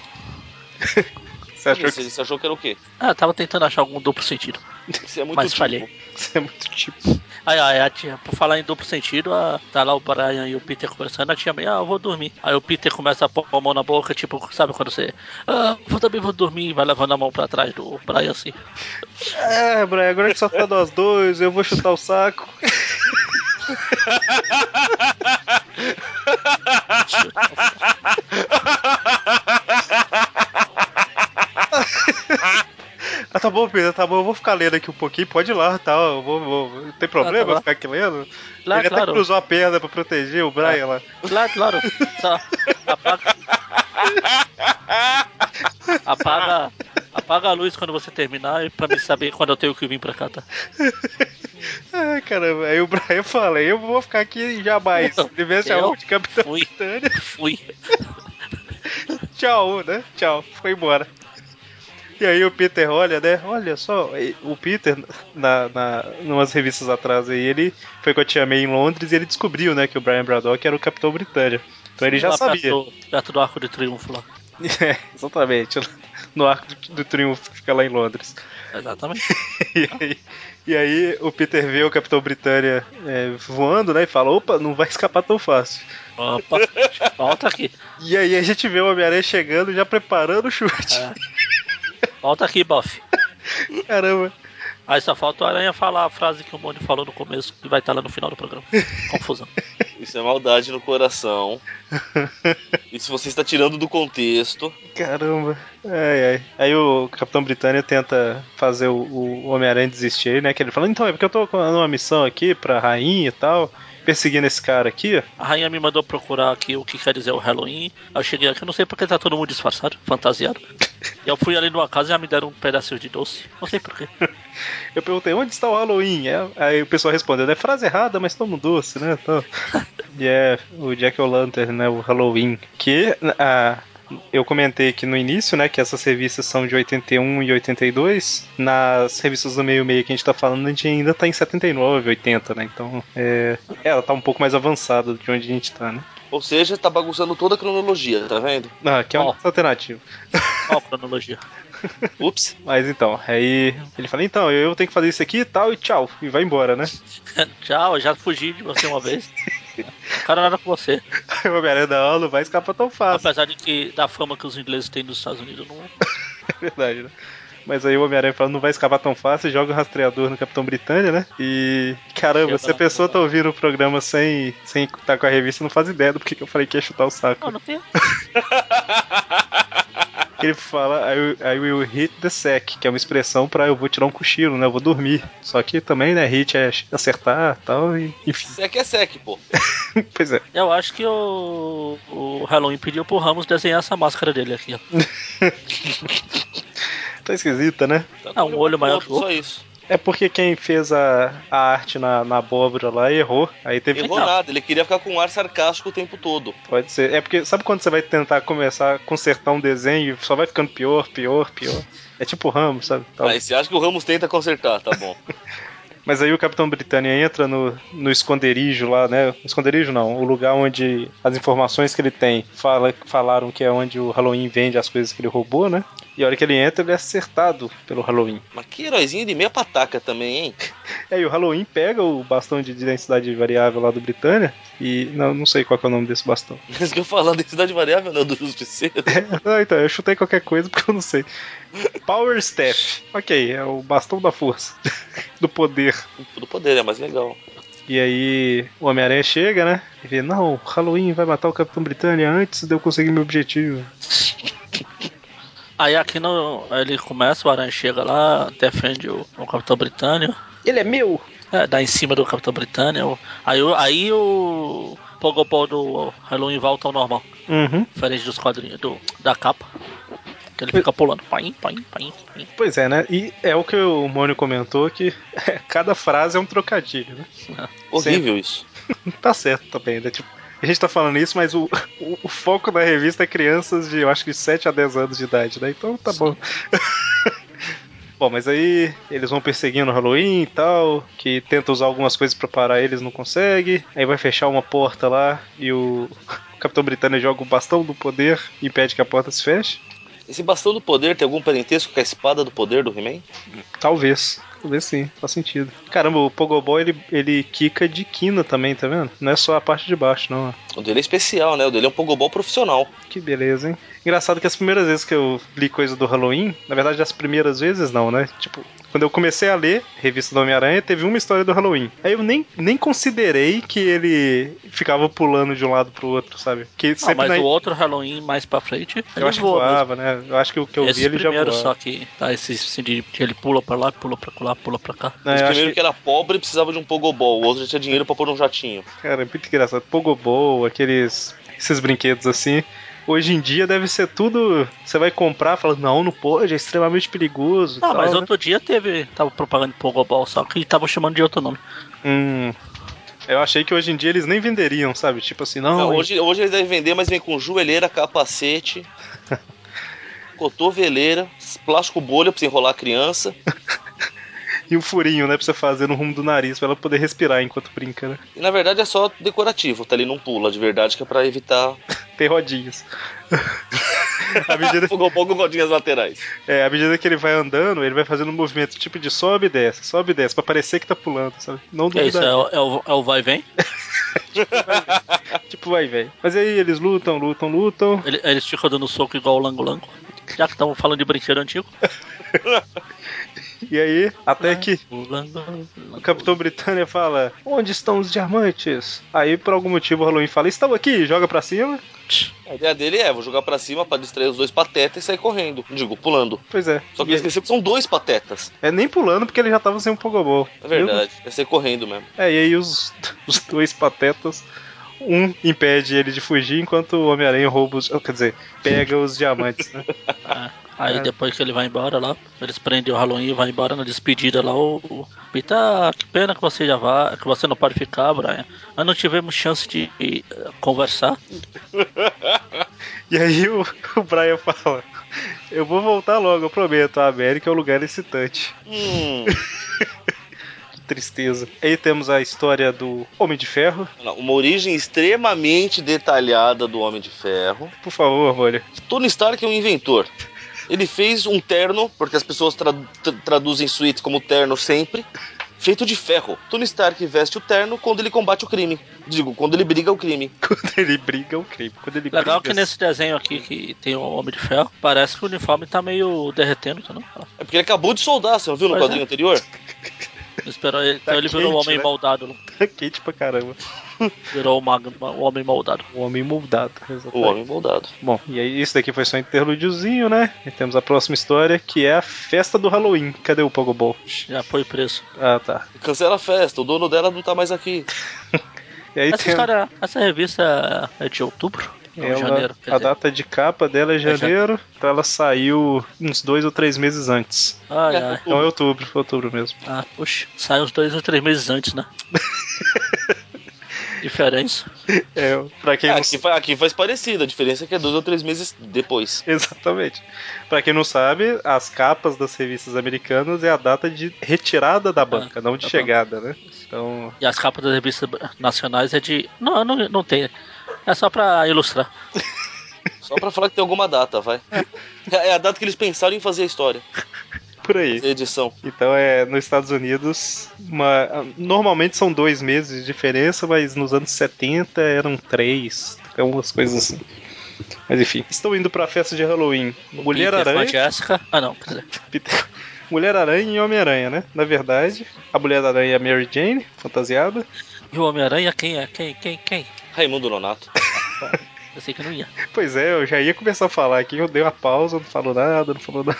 A: Você achou
C: Isso,
A: que
C: ele se achou que era o quê?
B: Ah, eu tava tentando achar algum duplo sentido.
C: Isso é muito
B: Mas
C: tipo.
B: falhei.
A: você é muito tipo.
B: Aí, aí a tia, por falar em duplo sentido, a, tá lá o Brian e o Peter conversando, a tia meio, ah, eu vou dormir. Aí o Peter começa a pôr a mão na boca, tipo, sabe quando você, ah, eu também vou dormir, e vai levando a mão pra trás do Brian assim.
A: É, Brian, agora que só tá nós dois, eu vou chutar o saco. Ah, tá bom, Pedro, tá bom, eu vou ficar lendo aqui um pouquinho, pode ir lá, tá? Eu vou, vou- não tem
B: Ah, tá
A: problema
B: lá.
A: eu ficar aqui lendo?
B: Lá,
A: Ele até
B: claro. Ah.
A: cruzou a perna pra proteger o Brian lá.
B: Claro, claro. Só apaga. apaga. Apaga a luz quando você terminar e pra me saber quando eu tenho que vir pra cá, tá?
A: Ai, caramba, aí o Brian fala, eu vou ficar aqui jamais.
B: Não,
A: Devesse
B: eu
A: a Ah, é um de Capitão
B: fui.
A: Britânia.
B: Fui.
A: Tchau, né? Tchau, foi embora. E aí o Peter olha, né? Olha só, e- o Peter, na, na, numas revistas atrás aí, ele foi com a Tia May em Londres e ele descobriu, né, que o Brian Braddock era o Capitão Britânia. Então ele já
B: Lá
A: sabia.
B: Perto, do- perto do arco de triunfo lá.
A: É, exatamente. No arco do, do triunfo que fica lá em Londres.
B: Exatamente.
A: E aí, e aí o Peter vê o Capitão Britânia é, voando, né? E fala, opa, não vai escapar tão fácil.
B: Opa, volta aqui.
A: E aí a gente vê o Homem-Aranha chegando, já preparando o chute.
B: Volta aqui, Boff.
A: Caramba.
B: Aí só falta o Aranha falar a frase que o Mônio falou no começo, que vai estar lá no final do programa. Confusão.
C: Isso é maldade no coração. Isso você está tirando do contexto.
A: Caramba. Ai, ai. Aí o Capitão Britânia tenta fazer o, o Homem-Aranha desistir, né? Que ele fala, então, é porque eu tô com- numa missão aqui pra rainha e tal, perseguindo esse cara aqui.
B: A rainha me mandou procurar aqui o que quer dizer o Halloween. Eu cheguei aqui, eu não sei porque tá todo mundo disfarçado, fantasiado. E eu fui ali numa casa e já me deram um pedaço de doce. Não sei porquê.
A: Eu perguntei, onde está o Halloween? É, Aí o pessoal respondeu, é frase errada, mas toma um doce, né? Então, e é o Jack O'Lantern, né? O Halloween. Que ah, eu comentei aqui no início, né? Que essas revistas são de 81 e 82. Nas revistas do meio-meio que a gente tá falando, a gente ainda tá em 79, 80, né? Então, é, ela tá um pouco mais avançada de onde a gente tá, né?
C: Ou seja, tá bagunçando toda a cronologia, tá vendo?
A: Ah, que é uma
B: Ó.
A: alternativa.
B: Qual a cronologia?
C: Ups.
A: Mas então, aí ele fala, então, eu tenho que fazer isso aqui e tal, e tchau. E vai embora, né?
B: Tchau, eu já fugi de você uma vez. O cara era com você.
A: Aí o Homem-Aranha da aula vai escapar tão fácil.
B: Apesar de que da fama que os ingleses têm nos Estados Unidos, não.
A: Verdade, né? Mas aí o Homem-Aranha fala, não vai escapar tão fácil, e joga o rastreador no Capitão Britânia, né? E. Caramba,
B: Chega
A: se a
B: lá,
A: pessoa
B: chega
A: tá ouvindo o programa sem estar sem tá com a revista, não faz ideia do porquê que eu falei que ia chutar o
B: Não,
A: saco.
B: não tem.
A: Ele fala, I will, I will hit the sack, que é uma expressão pra eu vou tirar um cochilo, né? Eu vou dormir. Só que também, né, hit é acertar tal, e. Enfim,
C: Sec é sec, pô.
A: pois é.
B: Eu acho que o, o Halloween pediu pro Ramos desenhar essa máscara dele aqui, ó.
A: Tá esquisita, né?
C: Tá
B: Ah, um olho maior que o
C: Só isso.
A: É porque quem fez a, a arte na, na abóbora lá errou. Aí teve
C: Errou
B: Não.
C: nada, ele queria ficar com um ar sarcástico o tempo todo.
A: Pode ser. É porque sabe quando você vai tentar começar a consertar um desenho e só vai ficando pior, pior, pior? É tipo Ramos, sabe? Tal.
C: Mas você acha que o Ramos tenta consertar, tá bom.
A: Mas aí o Capitão Britânia entra no, no esconderijo lá, né? Esconderijo não, o lugar onde as informações que ele tem fala, falaram que é onde o Halloween vende as coisas que ele roubou, né? E a hora que ele entra, ele é acertado pelo Halloween.
C: Mas que heróizinho de meia pataca também, hein?
A: E aí o Halloween pega o bastão de densidade variável lá do Britânia e. Não, não sei qual que é o nome desse bastão.
C: Isso que eu falar da cidade variável, não, do justiceiro.
A: Ah, então, eu chutei qualquer coisa porque eu não sei. Power Staff. Ok, é o bastão da força. Do poder.
C: Do poder, é mais legal.
A: E aí, o Homem-Aranha chega, né? E vê, não, o Halloween vai matar o Capitão Britânia antes de eu conseguir meu objetivo.
B: Aí aqui no, ele começa, o Aranha chega lá, defende o, o Capitão Britânico.
A: Ele é meu!
B: É, dá em cima do Capitão Britânia. o- Aí, o- aí o Pogopó do Halloween volta ao normal.
A: Uhum.
B: Diferente dos quadrinhos do, da capa. Que ele fica pulando. Paim, paim, paim, paim. Ah,
A: Pois é, né? E é o que o Mônio comentou, que cada frase é um trocadilho, né?
C: Horrível isso.
A: tá certo também, né? Tipo, a gente tá falando isso, mas o, o, o foco da revista é crianças de, eu acho que 7 a 10 anos de idade, né? Então tá bom. Bom, mas aí eles vão perseguindo o Halloween e tal, que tenta usar algumas coisas pra parar eles, não consegue. Aí vai fechar uma porta lá e o, o Capitão Britânia joga o bastão do poder e impede que a porta se feche.
C: Esse bastão do poder tem algum parentesco com a espada do poder do He-Man?
A: Talvez. Talvez sim, faz sentido. Caramba, o Pogobol ele, ele quica de quina também, tá vendo? Não é só a parte de baixo, não. ó.
C: O dele é especial, né? O dele é um pogobol profissional.
A: Que beleza, hein? Engraçado que as primeiras vezes que eu li coisa do Halloween, na verdade as primeiras vezes não, né? Tipo, quando eu comecei a ler Revista do Homem-Aranha, teve uma história do Halloween. Aí eu nem, nem considerei que ele ficava pulando de um lado pro outro, sabe? Que
B: Ah,
A: sempre
B: mas
A: na...
B: o outro Halloween mais pra frente, ele
A: Eu acho que
B: voa mesmo.
A: voava, né? Eu acho que o que eu
B: Esses
A: vi ele já voava.
B: primeiros só que tá, esses assim, de, que ele pula pra lá, pula pra lá, pula pra cá.
A: Não,
C: Esse
A: eu acho
C: primeiro
A: que-
C: que... era pobre e precisava de um pogobol. O outro já tinha dinheiro pra pôr num jatinho.
A: Cara, é muito engraçado. Pogobol, aqueles esses brinquedos assim. Hoje em dia deve ser tudo. Você vai comprar, fala, não, não pode, é extremamente perigoso. e
B: Ah,
A: tal,
B: mas
A: né?
B: outro dia teve. Tava propagando Pogobol, só que tava chamando de outro nome.
A: Hum. Eu achei que hoje em dia eles nem venderiam, sabe? Tipo assim, não.
C: Não, hoje, hoje eles devem vender, mas vem com joelheira, capacete, cotoveleira, plástico bolha pra você enrolar a criança.
A: E um furinho, né? Pra você fazer no rumo do nariz, pra ela poder respirar enquanto brinca, né?
C: E na verdade é só decorativo, tá ali não pula de verdade, que é pra evitar
A: Tem rodinhas. à, medida,
C: pogobol com rodinhas laterais.
A: é, à medida que ele vai andando, ele vai fazendo um movimento tipo de sobe e desce, sobe e desce, pra parecer que tá pulando, sabe? Não
B: Que é isso?
A: duvidaria.
B: É, o- é o, é o vai e vem?
A: Tipo, vai, velho. Mas aí eles lutam, lutam, lutam.
B: Ele, eles ficam dando soco igual o Lango Lango. Já que estavam falando de brinquedo antigo.
A: E aí, até que
B: O Lango
A: o
B: Lango.
A: Capitão Britânia fala: Onde estão os diamantes? Aí, por algum motivo, o Halloween fala: Estão aqui, joga pra cima.
C: A ideia dele é, vou jogar pra cima pra distrair os dois patetas e sair correndo. Digo, pulando.
A: Pois é.
C: Só que ele esqueceu que são dois patetas.
A: É nem pulando porque ele já tava sem um pogobol.
C: É verdade. É sair correndo mesmo.
A: É, e aí os, os dois patetas. Um impede ele de fugir enquanto o Homem-Aranha rouba os. Quer dizer, pega os diamantes, né?
B: Ah, Aí depois que ele vai embora lá, eles prendem o Halloween e vai embora na despedida lá. O, o Peter, ah, que pena que você já vá, que você não pode ficar, Brian. Nós não tivemos chance de eh, conversar.
A: E aí o, o Brian fala: Eu vou voltar logo, eu prometo. A América é um lugar excitante.
C: Hum.
A: Que tristeza. Aí temos a história do Homem de Ferro.
C: Não, Uma origem extremamente detalhada do Homem de Ferro.
A: Por favor, Rolha.
C: Tony Stark é um inventor. Ele fez um terno, porque as pessoas tra- tra- traduzem suítes como terno sempre, feito de ferro. Tony Stark veste o terno quando ele combate o crime. Digo, quando ele briga o crime.
A: Quando ele briga, é um crime. Quando ele
B: Legal
A: briga,
B: que nesse desenho aqui que tem o Homem de Ferro, parece que o uniforme tá meio derretendo, tá não?
C: É porque ele acabou de soldar, você não viu no
B: Pois é.
C: quadrinho anterior?
B: Esperou ele,
A: Tá
B: então ele virou o
A: quente,
B: homem
A: né?
B: moldado, né?
A: tá quente pra caramba.
B: virou o, magno, o homem moldado.
A: O Um homem moldado.
C: O homem moldado.
A: Bom, e aí isso daqui foi só um interlúdiozinho, né? E temos a próxima história, que é a festa do Halloween. Cadê o Pogobol?
B: Já foi preso.
A: Ah, tá.
C: Cancela a festa, o dono dela não tá mais aqui.
A: E aí
B: Essa
A: tem
B: história, essa revista é de outubro? Ou
A: ela-
B: janeiro? quer
A: a
B: dizer.
A: data de capa dela é
B: janeiro.
A: janeiro, então ela saiu uns dois ou três meses antes.
B: Ai,
C: É.
B: ai.
A: Então é outubro, foi outubro mesmo.
B: Ah, puxa, sai uns dois ou três meses antes, né? Diferença.
A: É, pra quem
C: Ah,
A: não
C: aqui, fa- aqui faz parecido, a diferença é que é dois ou três meses depois.
A: Exatamente. Pra quem não sabe, as capas das revistas americanas é a data de retirada da banca, não de
B: Ah, da
A: chegada, né? Então,
B: E as capas das revistas nacionais é de. Não, não, não tem. É só pra ilustrar.
C: Só pra falar que tem alguma data, vai. É é a data que eles pensaram em fazer a história,
A: por aí.
C: fazer a edição.
A: Então é nos Estados Unidos, uma- normalmente são dois meses de diferença, mas nos anos 70 eram três, então umas coisas assim. Mas enfim, estou indo pra festa de Halloween. Mulher
B: Peter com a
A: Aranha,
B: Jessica. Ah, não, quer dizer.
A: Peter- Mulher Aranha e Homem-Aranha, né? Na verdade, a Mulher Aranha é a Mary Jane, fantasiada.
B: E o Homem-Aranha, quem é? Quem? Quem? Quem?
C: Raimundo Nonato.
B: Eu sei que não ia.
A: Pois é, eu já ia começar a falar aqui, eu dei uma pausa, não falou nada, não falou nada.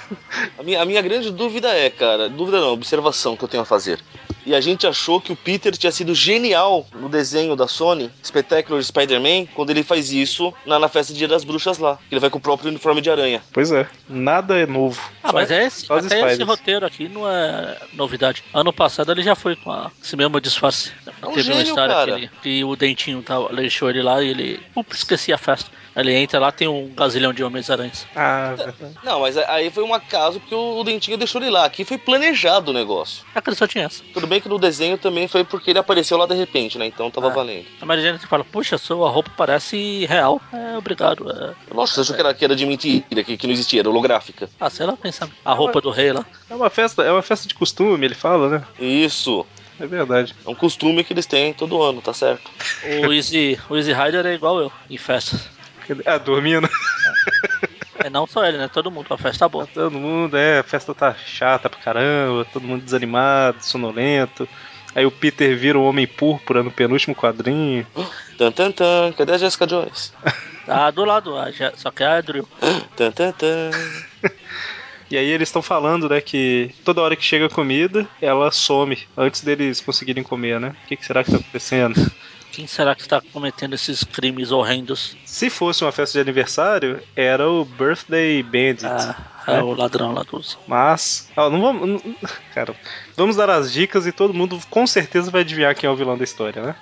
C: A minha, a minha grande dúvida é, cara, dúvida não, observação que eu tenho a fazer. E a gente achou que o Peter tinha sido genial no desenho da Sony, Spectacular Spider-Man, quando ele faz isso na, na festa de Dia das Bruxas lá. que Ele vai com o próprio uniforme de aranha.
A: Pois é, nada é novo.
B: Ah, mas é esse,
A: só os
B: até esse
A: spiders.
B: roteiro aqui não é novidade. Ano passado ele já foi com a- esse mesmo disfarce.
C: um
B: Teve uma
C: gênio,
B: história
C: cara.
B: que, ele- que o Dentinho tava, deixou ele lá e ele. Ups, esqueci a festa. Ele entra lá, tem um gazilhão de Homens-Aranhas.
A: Ah, verdade.
C: Não, mas a- aí foi um acaso porque o o Dentinho deixou ele lá. Aqui foi planejado o negócio.
B: É que ele só tinha essa.
C: Tudo bem que no desenho também foi porque ele apareceu lá de repente, né? Então tava
B: Ah.
C: valendo.
B: A Mary Jane fala: Puxa, sua roupa parece real. É, obrigado. É.
C: Nossa, você achou que era, que era de mentira, que, que não existia, era holográfica.
B: Ah, sei lá, quem sabe. A roupa do rei lá.
A: É uma festa, é uma festa de costume, ele fala, né?
C: Isso.
A: É verdade.
C: É um costume que eles têm todo ano, tá certo?
B: O Easy, o Easy Rider é igual eu, em festas.
A: Cadê- Ah, dormindo.
B: É não só ele, né? Todo mundo, a festa boa.
A: Todo mundo, é, a festa tá chata pra caramba, todo mundo desanimado, sonolento. Aí o Peter vira o Homem Púrpura no penúltimo quadrinho.
C: Tan tan tan, cadê a Jessica Jones?
B: Tá do lado, a Je- só que é a Drill.
C: Tan tan tan.
A: E aí eles estão falando, né, que toda hora que chega comida, ela some antes deles conseguirem comer, né? O que, que será que tá acontecendo?
B: Quem será que está cometendo esses crimes horrendos?
A: Se fosse uma festa de aniversário, era o Birthday Bandit.
B: Ah, é o ladrão lá dos.
A: Mas, ó, não vamos. não- cara, vamos dar as dicas e todo mundo com certeza vai adivinhar quem é o vilão da história, né?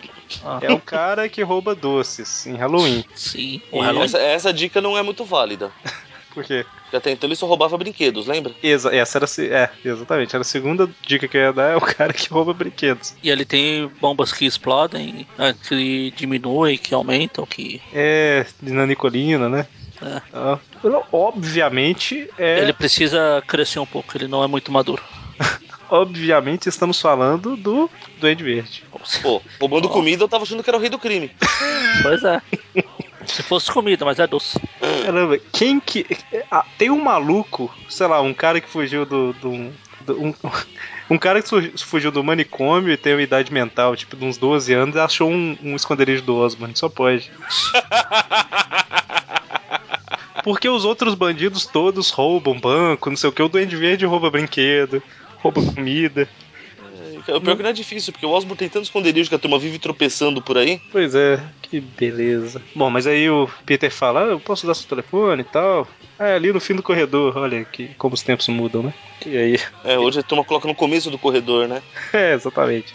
B: Ah,
A: É o cara que rouba doces em Halloween.
B: sim,
A: E
B: o relógio.
C: Essa, essa dica não é muito válida.
A: Por quê?
C: Porque até então ele só roubava brinquedos, lembra?
A: Exa essa era. a se- É, exatamente. Era a segunda dica que eu ia dar: é o cara que rouba brinquedos.
B: E ele tem bombas que explodem, ah, que diminuem, que aumentam, que.
A: É. Na Nicolina, né?
B: É.
A: Ah, obviamente, é.
B: Ele precisa crescer um pouco, ele não é muito maduro.
A: Obviamente, estamos falando do Duende Verde.
C: Pô, roubando
B: Ó.
C: comida eu tava achando que era o rei do crime.
B: Pois é. Se fosse comida, mas é doce.
A: Caramba, quem que. ah, tem um maluco, sei lá, um cara que fugiu do. do, do- um, um cara que su- fugiu do manicômio e tem uma idade mental, tipo, de uns 12 anos, e achou um, um esconderijo do Osman. Só pode. Porque os outros bandidos todos roubam banco, não sei o que. O Duende Verde rouba brinquedo, rouba comida.
C: É, O pior que não é difícil, porque o Osborn tem tanto esconderijo que a turma vive tropeçando por aí.
A: Pois é, que beleza. Bom, mas aí o Peter fala: ah, eu posso usar seu telefone e tal. Ah, é ali no fim do corredor, olha que como os tempos mudam, né? E aí
C: É, hoje a turma coloca no começo do corredor, né?
A: É, exatamente.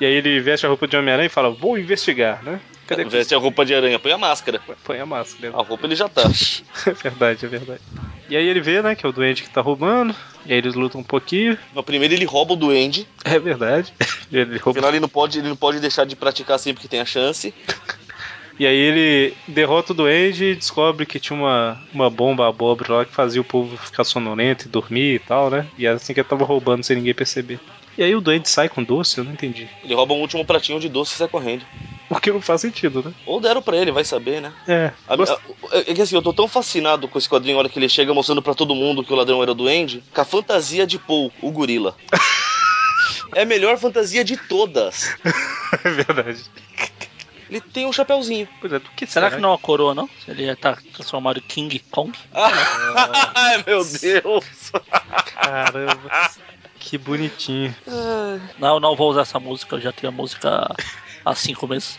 A: E aí ele veste a roupa de Homem-Aranha e fala, vou investigar, né? Cadê que
C: Veste a roupa de aranha, põe a máscara.
A: põe a máscara?
C: A roupa ele já tá.
A: É verdade, é verdade. E aí ele vê, né, que é o doente que tá roubando. E aí eles lutam um pouquinho.
C: No primeiro ele rouba o duende.
A: É verdade. Ele
C: No
A: rouba.
C: final ele não pode, ele não pode deixar de praticar sempre que tem a chance.
A: E aí ele derrota o duende e descobre que tinha uma, uma bomba abóbora lá que fazia o povo ficar sonolento e dormir e tal, né? E era assim que ele tava roubando sem ninguém perceber. E aí o duende sai com doce? Eu não entendi.
C: Ele rouba um último pratinho de doce e sai correndo.
A: O que não faz sentido, né?
C: Ou deram pra ele, vai saber, né?
A: É.
C: A- a- É que assim, eu tô tão fascinado com esse quadrinho, a hora que ele chega mostrando pra todo mundo que o ladrão era o duende, com a fantasia de Paul, o gorila. é a melhor fantasia de todas.
A: É verdade.
C: Ele tem um chapéuzinho.
A: Pois é, do que
B: Será que não é uma coroa, não? Se ele tá transformado em King Kong?
C: Ai, meu Deus.
A: Caramba. Que bonitinho.
B: Não, não vou usar essa música, eu já tenho a música há cinco meses.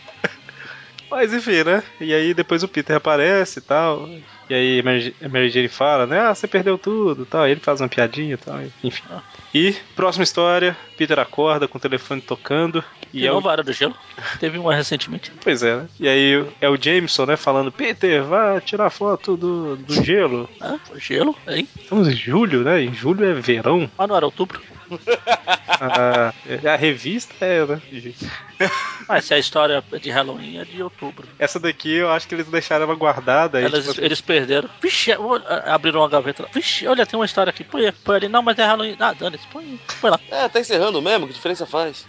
A: Mas enfim, né? E aí depois o Peter aparece e tal. E aí a Mary- a Mary Jane fala, né? Ah, você perdeu tudo e tal. Aí ele faz uma piadinha e tal. e- Enfim. E próxima história: Peter acorda com o telefone tocando.
B: E
A: E
B: de
A: é o...
B: novo a Era do Gelo? Teve uma recentemente.
A: Pois é, né? E aí é o Jameson, né? Falando: Peter, vá tirar foto do, do gelo.
B: Ah, gelo? Hein?
A: Estamos em julho, né? Em julho é verão.
B: Mas não era outubro?
A: A, a revista é, né?
B: Mas se a história é de Halloween é de outubro.
A: Essa daqui eu acho que eles deixaram ela guardada. Aí,
B: Elas-
A: tipo,
B: eles perderam. Vixe, eu- ah, abriram uma gaveta lá. Vixe, olha, tem uma história aqui. Põe, põe ali. Não, mas é Halloween. Ah, dane-se. Põe, põe lá.
C: É, tá encerrando mesmo, que diferença faz?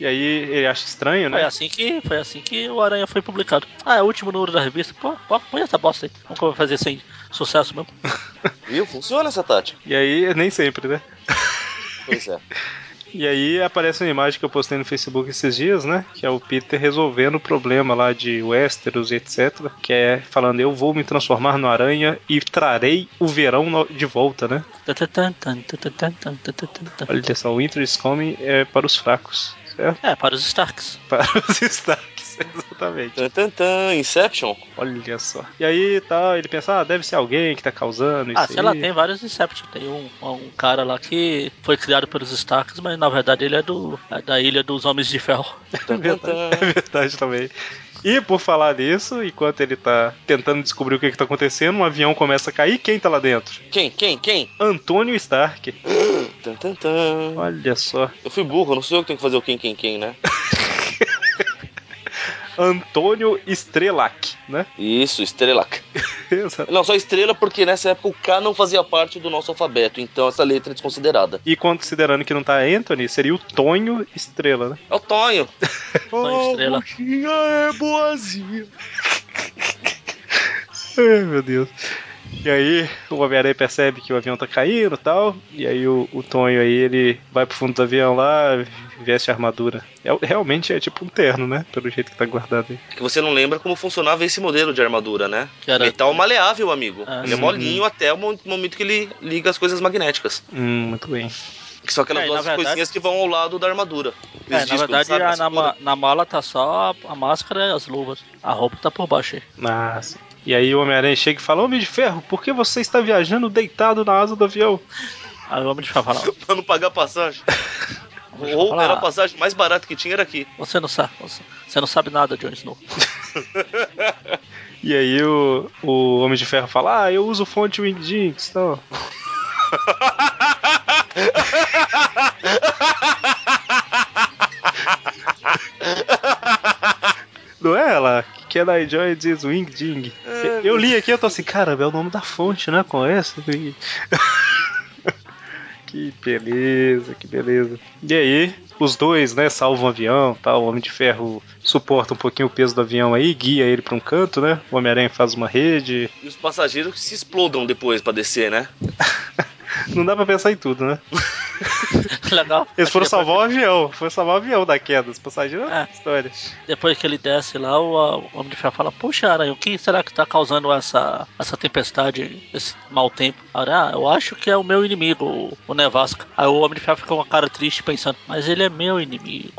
A: E aí ele acha estranho,
B: Foi
A: né?
B: assim que, foi assim que o Aranha foi publicado. Ah, é o último número da revista. Pô, pô, põe essa bosta aí. Nunca vai fazer sem sucesso mesmo.
C: Viu? Funciona essa tática.
A: E aí nem sempre, né?
C: Pois é.
A: E aí aparece uma imagem que eu postei no Facebook esses dias, né? Que é o Peter resolvendo o problema lá de Westeros e etc. Que é falando, eu vou me transformar no aranha e trarei o verão no- de volta, né? Olha só, o Winter is Coming é para os fracos, certo?
B: É, para os Starks.
A: Para os Starks, exatamente.
C: Tan, tan, tan, Inception?
A: Olha só. E aí tá, ele pensa, ah, deve ser alguém que tá causando isso
B: Ah, sei lá,
A: aí.
B: tem vários Inception. Tem um, um cara lá que foi criado pelos Starks, mas na verdade ele é, do, é da Ilha dos Homens de Ferro.
A: É verdade, é verdade também. E por falar nisso, enquanto ele tá tentando descobrir o que, que tá acontecendo, um avião começa a cair. Quem tá lá dentro?
C: Quem? Quem? Quem?
A: Antônio Stark.
C: Tan, tan, tan.
A: Olha só.
C: Eu fui burro, não sou eu que tenho que fazer o quem, quem, quem, né?
A: Antônio Strelak, né?
C: Isso, Estrelac.
A: Exato.
C: Não, só estrela porque nessa época o K não fazia parte do nosso alfabeto, então essa letra é desconsiderada.
A: E considerando que não tá Anthony, seria o Tonho Estrela, né?
C: É o Tonho.
B: Tonho Estrela.
A: Roxinha é boazinha. Ai, meu Deus. E aí, o Homem-Aranha percebe que o avião tá caindo e tal. E aí, o, o Tonho aí, ele vai pro fundo do avião lá, veste a armadura. É, realmente é tipo um terno, né? Pelo jeito que tá guardado aí.
C: É que você não lembra como funcionava esse modelo de armadura, né?
B: Que era-
C: Metal maleável, amigo.
B: Ah,
C: ele é
A: sim.
C: molinho até o mo- momento que ele liga as coisas magnéticas.
A: Hum, muito bem.
C: Que são aquelas
B: É, e na
C: duas
B: verdade-
C: coisinhas que vão ao lado da armadura. Os
B: É, na
C: discos,
B: verdade,
C: sabe?
B: a-
C: Essa
B: na,
C: coisa.
B: ma- na mala tá só a, a máscara e as luvas. A roupa tá por baixo aí.
A: Nossa. E aí, o Homem-Aranha chega e fala: Homem de Ferro, por que você está viajando deitado na asa do avião?
B: Aí o homem de ferro fala,
C: Pra não pagar a passagem. Ou
B: falar. "Ah,
C: era a passagem mais barata que tinha, era aqui.
B: você não sabe, você, você não sabe nada, Jon Snow.
A: E aí, o, o Homem de Ferro fala: Ah, eu uso fonte Wingdings. Então, Não é ela? Que é da Joy diz Wing Ding. eu li aqui, eu tô assim, caramba, é o nome da fonte, né? Com essa? Wing. que beleza, que beleza. E aí, os dois, né, salvam o avião, tá? O Homem de Ferro suporta um pouquinho o peso do avião aí, guia ele pra um canto, né? O Homem-Aranha faz uma rede.
C: E os passageiros que se explodam depois pra descer, né?
A: Não dá pra pensar em tudo, né?
B: Legal.
A: Eles foram
B: Acho que
A: salvar o avião, foram salvar o avião da queda, os passageiros,
B: É.
A: história.
B: depois, depois que ele desce lá, o, a- o homem de ferro fala, puxa, Aranha, o que será que tá causando essa, essa tempestade, esse mau tempo? Aranha, ah, eu acho que é o meu inimigo, o, o Nevasca. Aí o homem de ferro fica com uma cara triste pensando, mas ele é meu inimigo.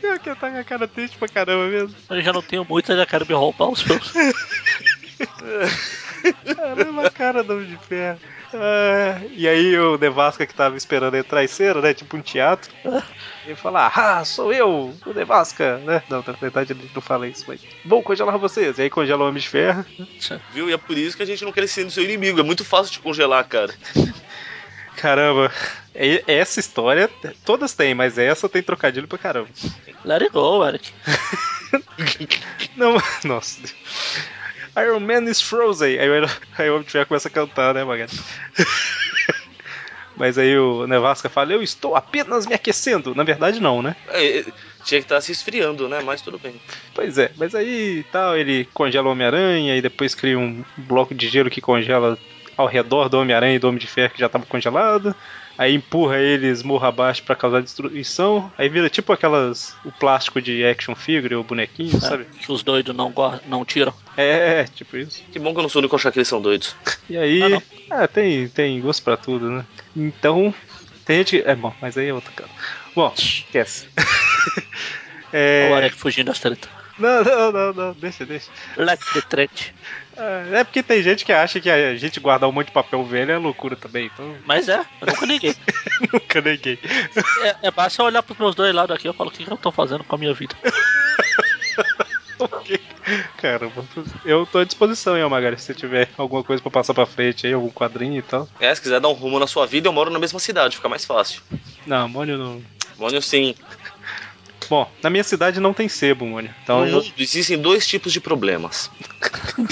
A: Pior que eu tá com a cara triste pra caramba mesmo.
B: Eu já não tenho muito, eu já quero me roubar os meus.
A: Caramba, a cara do Homem de Ferro. Ah, e aí o Nevasca que tava esperando entrar em cena, né? Tipo um teatro. Ele fala, ah, sou eu, o Nevasca, né? Não, na verdade ele não fala isso, mas... Vou congelar vocês. E aí congela o Homem de Ferro.
C: Viu? E é por isso que a gente não quer ser seu inimigo. É muito fácil te congelar, cara.
A: Caramba. E- Essa história, todas têm, mas essa tem trocadilho pra caramba.
B: Let it go, Eric.
A: Não, nossa. Iron Man is frozen. Aí o Iron- aí o Homem de Ferro começa a cantar, né, Magari? Mas aí o Nevasca fala: Eu estou apenas me aquecendo. Na verdade, não, né?
C: É, é, tinha que estar se esfriando, né? Mas tudo bem.
A: Pois é, mas aí tal, ele congela o Homem-Aranha e depois cria um bloco de gelo que congela ao redor do Homem-Aranha e do Homem de Ferro que já estava congelado. Aí empurra eles morro abaixo pra causar destruição. Aí vira tipo aquelas. o plástico de action figure ou
B: É.
A: bonequinho, sabe?
B: Que os doidos não, gua- não tiram.
A: É, tipo isso.
C: Que bom que eu não sou o único a achar que eles são doidos.
A: E aí.
B: Ah, não.
A: Ah, tem, tem gosto pra tudo, né? Então. Tem gente que. É bom, mas aí é outro cara. Bom, esquece.
B: Olha O
A: é...
B: Eric fugindo das tretas.
A: Não, não, não, não, deixa, deixa.
B: Let the threat.
A: Ah, É porque tem gente que acha que a gente guardar um monte de papel velho é loucura também, então
B: Mas é, eu nunca liguei.
A: nunca neguei.
B: É, é basta eu olhar pros meus dois lados aqui, eu falo, o que, que eu tô fazendo com a minha vida?
A: Ok. Caramba, eu tô à disposição, hein, Magari, se você tiver alguma coisa pra passar pra frente aí, algum quadrinho e tal.
C: É, se quiser dar um rumo na sua vida, eu moro na mesma cidade, fica mais fácil.
A: Não, Mônio não.
C: Mônio, sim.
A: Bom, na minha cidade não tem sebo, Mônio. Então
C: No
A: eu.
C: mundo existem dois tipos de problemas.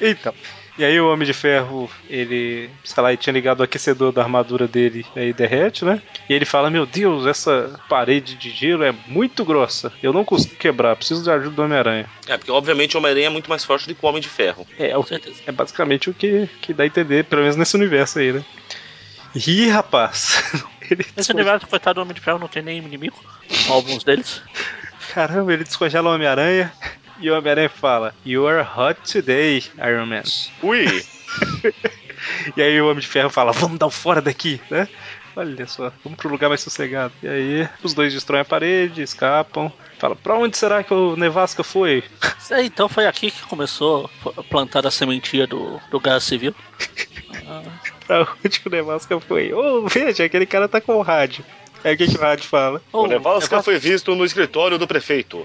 A: Então. E aí o Homem de Ferro, ele, sei lá, ele tinha ligado o aquecedor da armadura dele, aí derrete, né? E ele fala: Meu Deus, essa parede de gelo é muito grossa. Eu não consigo quebrar, preciso da ajuda do Homem-Aranha.
C: É, porque obviamente o Homem-Aranha é muito mais forte do que o Homem de Ferro.
A: É, o-
B: Com certeza.
A: é basicamente o que, que dá a entender, pelo menos nesse universo aí, né? Ih, rapaz! Ele
B: Nesse
A: descongela-
B: universo, coitado do Homem de Ferro não tem nem inimigo. Alguns deles.
A: Caramba, ele descongela o Homem-Aranha. E o Homem-Aranha fala: You are hot today, Iron Man.
C: Ui!
A: E aí o Homem de Ferro fala, vamos dar o fora daqui, né? Olha só, vamos pro lugar mais sossegado. E aí, os dois destroem a parede, escapam. Fala, pra onde será que o Nevasca foi?
B: Isso aí, então foi aqui que começou a plantar a sementinha do, do gás civil.
A: pra onde que o Nevasca foi? Ô, veja, aquele cara tá com o rádio. Aí o que, que o rádio fala?
B: Oh,
C: foi visto no escritório do prefeito.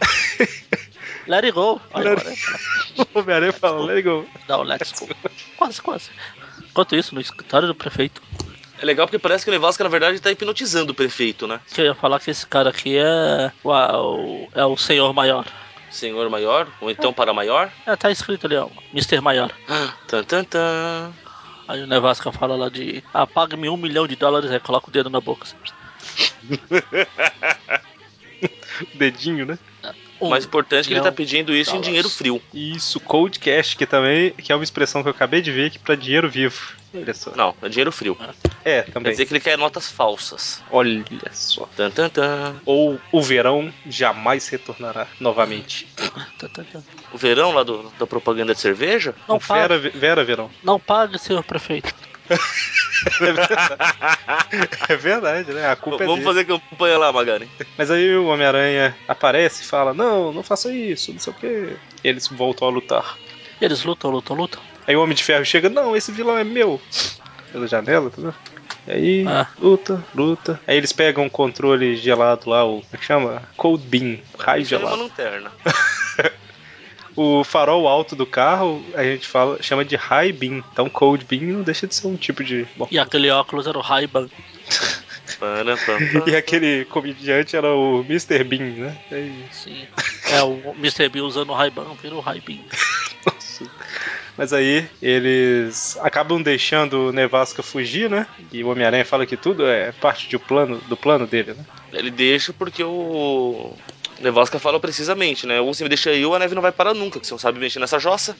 B: Let it go. Olha
A: Let
B: agora.
A: O Homem-Aranha fala, let it go.
B: Dá o let's go. Quase, quase. Enquanto isso, no escritório do prefeito,
C: É legal porque parece que o Nevasca, na verdade, tá hipnotizando o prefeito, né?
B: que eu ia falar que esse cara aqui é o, o- é o senhor maior.
C: Senhor maior, ou então para maior.
B: É, tá escrito ali, ó, Mr. Maior.
C: Tan, tan, tan.
B: Aí o Nevasca fala lá de ah, pague-me um milhão de dólares, aí coloca o dedo na boca. assim.
A: Dedinho, né?
B: Um.
C: O mais importante é que ele
B: milhão.
C: tá pedindo isso em
B: dólares.
C: dinheiro frio.
A: Isso, cold cash, que também que é uma expressão que eu acabei de ver, que pra dinheiro vivo. Olha só.
C: Não, é dinheiro frio.
A: É,
C: Quer
A: também.
C: dizer que ele quer notas falsas.
A: Olha só.
C: Tan, tan, tan.
A: Ou o verão jamais retornará novamente.
B: Tá, tá, tá.
C: O verão lá do- da propaganda de cerveja?
B: Não pague,
A: Vera, Vera Verão.
B: não pague, senhor prefeito.
A: É verdade, né? A culpa é
C: Vamos
A: dele.
C: fazer campanha lá, Magari.
A: Mas aí o Homem-Aranha aparece e fala: Não, não faça isso, não sei o quê. E eles voltam a lutar.
B: E eles lutam, lutam, lutam.
A: Aí o Homem de Ferro chega: Não, esse vilão é meu. Pela janela, tá vendo? E aí,
B: Ah.
A: luta, luta. Aí eles pegam um controle gelado lá, o. Como é que chama? Cold Beam, raio
C: Isso é uma
A: gelado.
C: lanterna.
A: O farol alto do carro, a gente fala, chama de High Beam. Então, Cold Beam não deixa de ser um tipo de. Bom.
B: E aquele óculos era o Ray-Ban.
C: Pana, pam, pam.
A: E aquele comediante era o Mr. Bean, né? É isso.
B: Sim. É o Mr. Bean usando o Ray-Ban, vira o Ray-Ban.
A: Nossa. Mas aí eles acabam deixando o Nevasca fugir, né? E o Homem-Aranha fala que tudo é parte do plano, do plano dele, né?
C: Ele deixa porque o. Nevasca fala precisamente, né? Ou você me deixa aí ou a neve não vai parar nunca, que você não sabe mexer nessa jossa.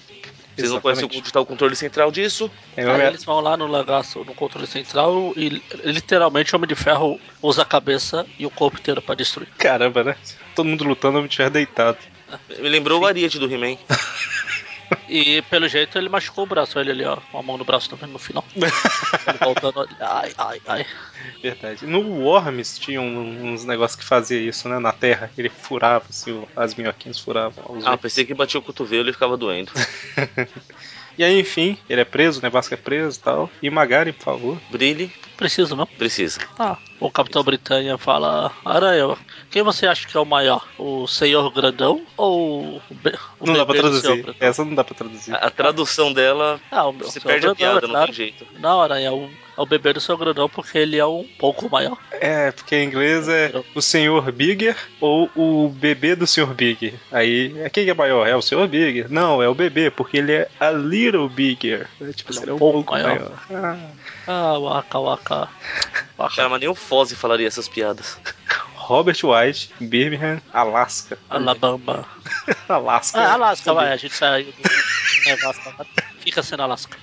C: Vocês não conhecem
A: Exatamente.
C: onde está o controle central disso.
A: Aí o
B: Aí
A: Homem-
B: eles vão lá no lagaço, no controle central e literalmente o Homem de Ferro usa a cabeça e o corpo inteiro pra destruir.
A: Caramba, né? Todo mundo lutando, o homem tiver deitado.
C: Me lembrou o Ariete do He-Man.
B: E pelo jeito ele machucou o braço, ele ali, ó, com a mão no braço também no final. Ele voltando, ele, ai, ai, ai.
A: Verdade. No Worms tinha um- uns negócios que fazia isso, né? Na Terra. Ele furava, assim, o- as minhoquinhas furavam. os
C: Ah, pensei que batia o cotovelo e ficava doendo.
A: E aí, enfim, ele é preso, o Nevasca é preso e tal. E Magari, por favor.
C: Brilhe,
B: Preciso mesmo.
C: precisa.
B: Ah, o Capitão Britânia fala: Aranha, quem você acha que é o maior? O Senhor Grandão ou o, be o
A: não dá pra
B: bebê do Senhor
A: traduzir.
B: Grandão?
A: Essa não dá pra traduzir.
C: A, a tradução dela,
B: Ah, o meu
C: você
B: Senhor
C: perde a
B: Grandão, é
C: piada, não
A: tá?
B: claro.
C: tem jeito.
B: Não, Aranha, é o, é o bebê do Senhor Grandão porque ele é um pouco maior.
A: É, porque em inglês é o senhor Bigger ou o bebê do senhor Bigger. Aí, é quem que é maior? É o senhor Bigger? Não, é o bebê, porque ele é a little bigger. É, tipo,
B: Ele é
A: ele é um
B: um pouco
A: pouco maior.
B: maior.
A: Ah,
B: Ah, waka, waka. waka.
C: Cara, mas nem o Fozzie falaria essas piadas.
A: Robert White, Birmingham, Alaska.
B: Alabama.
A: Alaska.
B: Ah, Alasca, vai, a gente saiu do Nevasca. mas Fica sendo Alasca.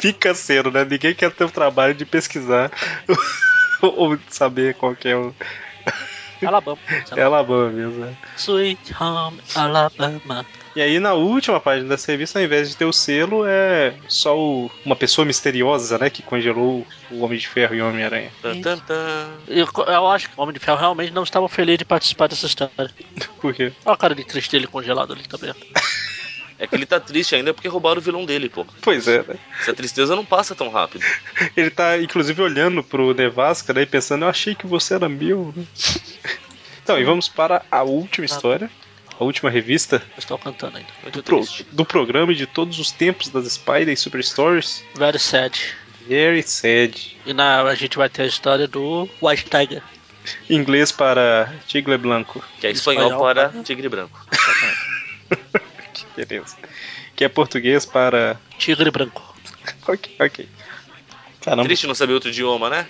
A: Fica sendo, né? Ninguém quer ter o trabalho de pesquisar ou saber qual que é o...
B: Alabama.
A: É Alabama mesmo, né?
B: Sweet Home Alabama.
A: E aí na última página da revista, ao invés de ter o selo, é só o- uma pessoa misteriosa, né, que congelou o Homem de Ferro e o Homem-Aranha.
C: Tan, tan, tan.
B: Eu, eu acho que o Homem de Ferro realmente não estava feliz de participar dessa história.
A: Por quê?
B: Olha a cara de triste dele congelado ali também.
C: É que ele tá triste ainda porque roubaram o vilão dele, pô.
A: Pois é, né?
C: Essa tristeza não passa tão rápido.
A: Ele tá, inclusive, olhando pro Nevasca, né, e pensando, eu achei que você era meu, né? Então, e vamos para a última
B: Tá.
A: história, a última revista
B: Eu estou cantando ainda.
C: Muito
A: pro-
C: triste.
A: do programa de todos os tempos das Spider e Super Stories.
B: Very sad.
A: Very sad.
B: E na, a gente vai ter a história do White Tiger.
A: Inglês para Tigre Blanco.
B: né?
C: Que é espanhol
B: Espanhol,
C: para tigre branco.
A: Beleza. Que é português para.
B: Tigre branco.
A: Ok, ok. Caramba.
C: Triste não saber outro idioma, né?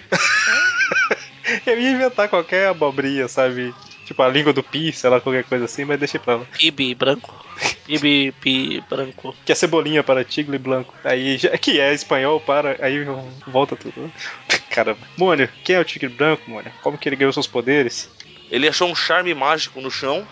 A: Eu ia inventar qualquer abobrinha, sabe? Tipo a língua do pi, sei lá, qualquer coisa assim, mas deixei pra lá.
B: Ibi branco. Ibi pi branco.
A: Que é cebolinha para tigre blanco. Aí, já- que é espanhol para. Aí volta tudo. né? Caramba. Mônio, quem é o tigre branco, Mônio? Como que ele ganhou seus poderes?
C: Ele achou um charme mágico no chão.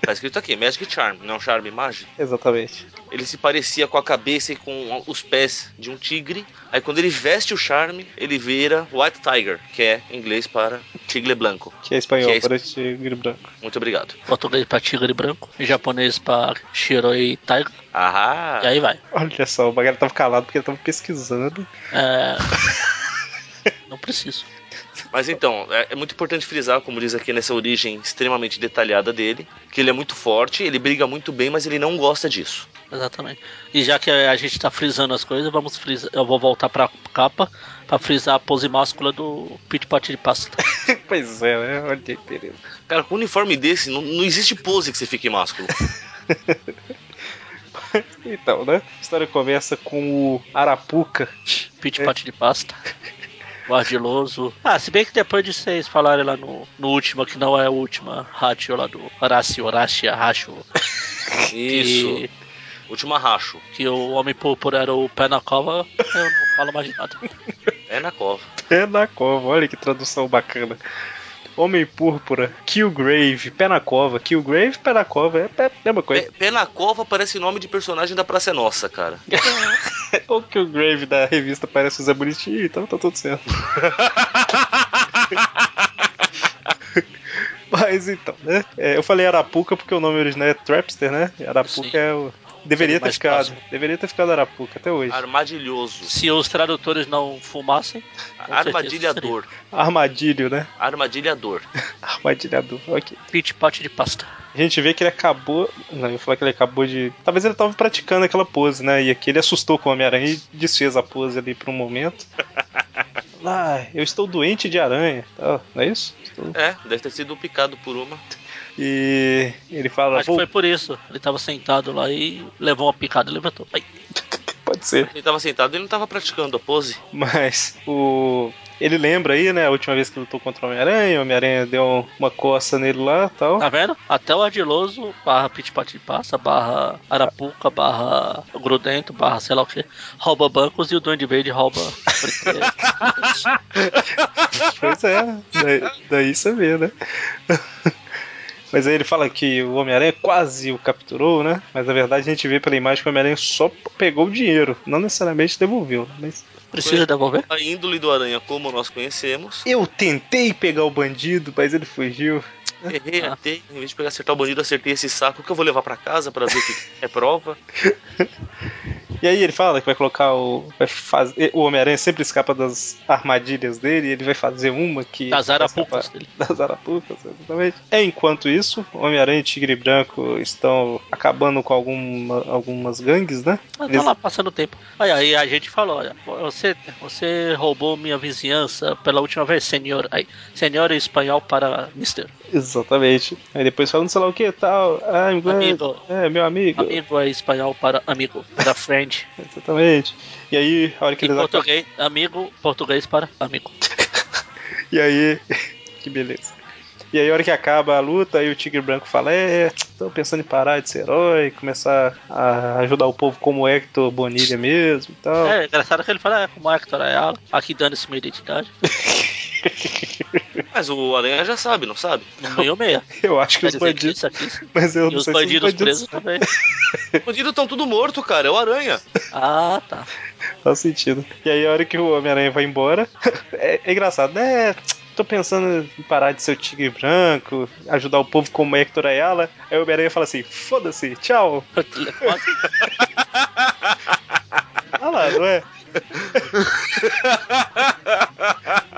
C: Tá escrito aqui, Magic Charm, não é um charme mágico.
A: Exatamente.
C: Ele se parecia com a cabeça e com os pés de um tigre. Aí quando ele veste o charme, ele vira White Tiger, que é em inglês para tigre branco.
A: Que é espanhol
C: Que é
A: para tigre branco.
C: Muito obrigado.
B: Português pra tigre branco. Japonês pra Shiroi Tiger.
C: Ahá.
B: E aí vai.
A: Olha só, o Magalho tava calado porque ele tava pesquisando.
B: É... Não preciso.
C: Mas então, é, é muito importante frisar, como diz aqui nessa origem extremamente detalhada dele, que ele é muito forte, ele briga muito bem, mas ele não gosta disso.
B: Exatamente. E já que a gente tá frisando as coisas, vamos frisar. Eu vou voltar pra capa pra frisar a pose máscula do Pit Pati de Pasta.
A: pois é, né? Olha aí, beleza.
C: Cara, com um uniforme desse, não, não existe pose que você fique másculo.
A: Então, né? A história começa com o Arapuca.
B: Pit Pati de Pasta. O ardiloso. É. Ah, se bem que depois de vocês falarem lá no, no último, que não é o último, Ratio lá do Horácio, Horácia, Racho,
C: Isso.
B: que,
C: Última racho.
B: que o Homem Púrpura era o pé na cova, eu não falo mais de nada.
C: É na cova.
A: Pé na cova, olha que tradução bacana. Homem Púrpura, Killgrave, Pé na Cova. Killgrave, Pé na Cova, é pé, mesma coisa.
C: Pé, pé na cova parece nome de personagem da Praça é Nossa, cara.
A: O Killgrave da revista parece o Zé Bonitinho, então tá tudo certo. Mas então, né? É, eu falei Arapuca porque o nome original é Trapster, né? Arapuca
B: Sim.
A: é o. Deveria
B: Seria
A: ter
B: mais
A: ficado.
B: próximo.
A: Deveria ter ficado Arapuca até hoje.
C: Armadilhoso.
B: Se os tradutores não fumassem, com certeza seria.
C: Armadilhador.
A: Armadilho, né?
C: Armadilhador.
A: Armadilhador, ok.
B: Pit Pati de Pasta.
A: A gente vê que ele acabou. Não, eu ia falar que ele acabou de. Talvez ele tava praticando aquela pose, né? E aqui ele assustou com o Homem-Aranha e desfez a pose ali por um momento. Lá, eu estou doente de aranha. Tá, não é isso? Estou-
C: É, deve ter sido picado por uma.
A: E ele fala.
B: Acho que
A: "Vou-
B: foi por isso. Ele tava sentado lá e levou uma picada e levantou. tá Ai,
A: Pode ser.
C: Ele tava sentado e não tava praticando a pose.
A: Mas o. Ele lembra aí, né? A última vez que lutou contra o Homem-Aranha, o Homem-Aranha deu uma coça nele lá e tal.
B: Tá vendo? Até o ardiloso, barra pit Pati de pasta, barra arapuca, barra grudento, barra sei lá o que, rouba bancos e o Duende Verde rouba.
A: Pois é, daí, daí você vê, né? Mas aí ele fala que o Homem-Aranha quase o capturou, né? Mas na verdade a gente vê pela imagem que o Homem-Aranha só pegou o dinheiro, não necessariamente devolveu. Mas
B: Precisa devolver?
C: A índole do aranha, como nós conhecemos,
A: eu tentei pegar o bandido, mas ele fugiu.
C: errei,
B: Ah.
C: até, em vez de pegar acertar o bandido, acertei esse saco que eu vou levar pra casa pra ver o que é prova.
A: E aí ele fala que vai colocar o. Vai fazer, o Homem-Aranha sempre escapa das armadilhas dele e ele vai fazer uma que.
B: Das arapucas dele.
A: das arapucas, exatamente. Enquanto isso, Homem-Aranha e Tigre Branco estão acabando com alguma- algumas gangues, né?
B: Mas tá
A: Eles-
B: lá passando o tempo. Aí, aí a gente falou: olha, você, você roubou minha vizinhança pela última vez, senhor. Aí, senhor em espanhol para mister.
A: Exatamente. Aí depois falando, sei lá o que tal. Ah, inglês.
B: Amigo.
A: É, meu amigo.
B: Amigo é espanhol para amigo, para friend.
A: Exatamente. E aí, a hora que
B: Em
A: eles acabam.
B: português, amigo, português para amigo.
A: E aí. que beleza. E aí, a hora que acaba a luta, aí o Tigre Branco fala: É, tô pensando em parar de ser herói, começar a ajudar o povo como Hector Bonilha mesmo e tal.
B: É, engraçado que ele fala, é, como é que é ela? Aqui dando-se minha identidade.
C: Mas o aranha já sabe, não sabe?
B: No meio meia.
A: Eu acho que
B: Quer
A: os
B: dizer, é que
A: bandidos.
B: isso aqui. isso-
A: Mas eu
B: E
A: não
B: os
A: sei se
B: bandidos presos também.
C: Os bandidos estão tudo morto, cara, é o aranha.
B: Ah, tá.
A: Faz sentido. E aí, a hora que o Homem-Aranha vai embora, é, é engraçado, né? Tô pensando em parar de ser o tigre branco, ajudar o povo como Hector Ayala. Aí o Homem-Aranha fala assim: foda-se, tchau.
B: Ele é quase-
A: Ah lá, não é?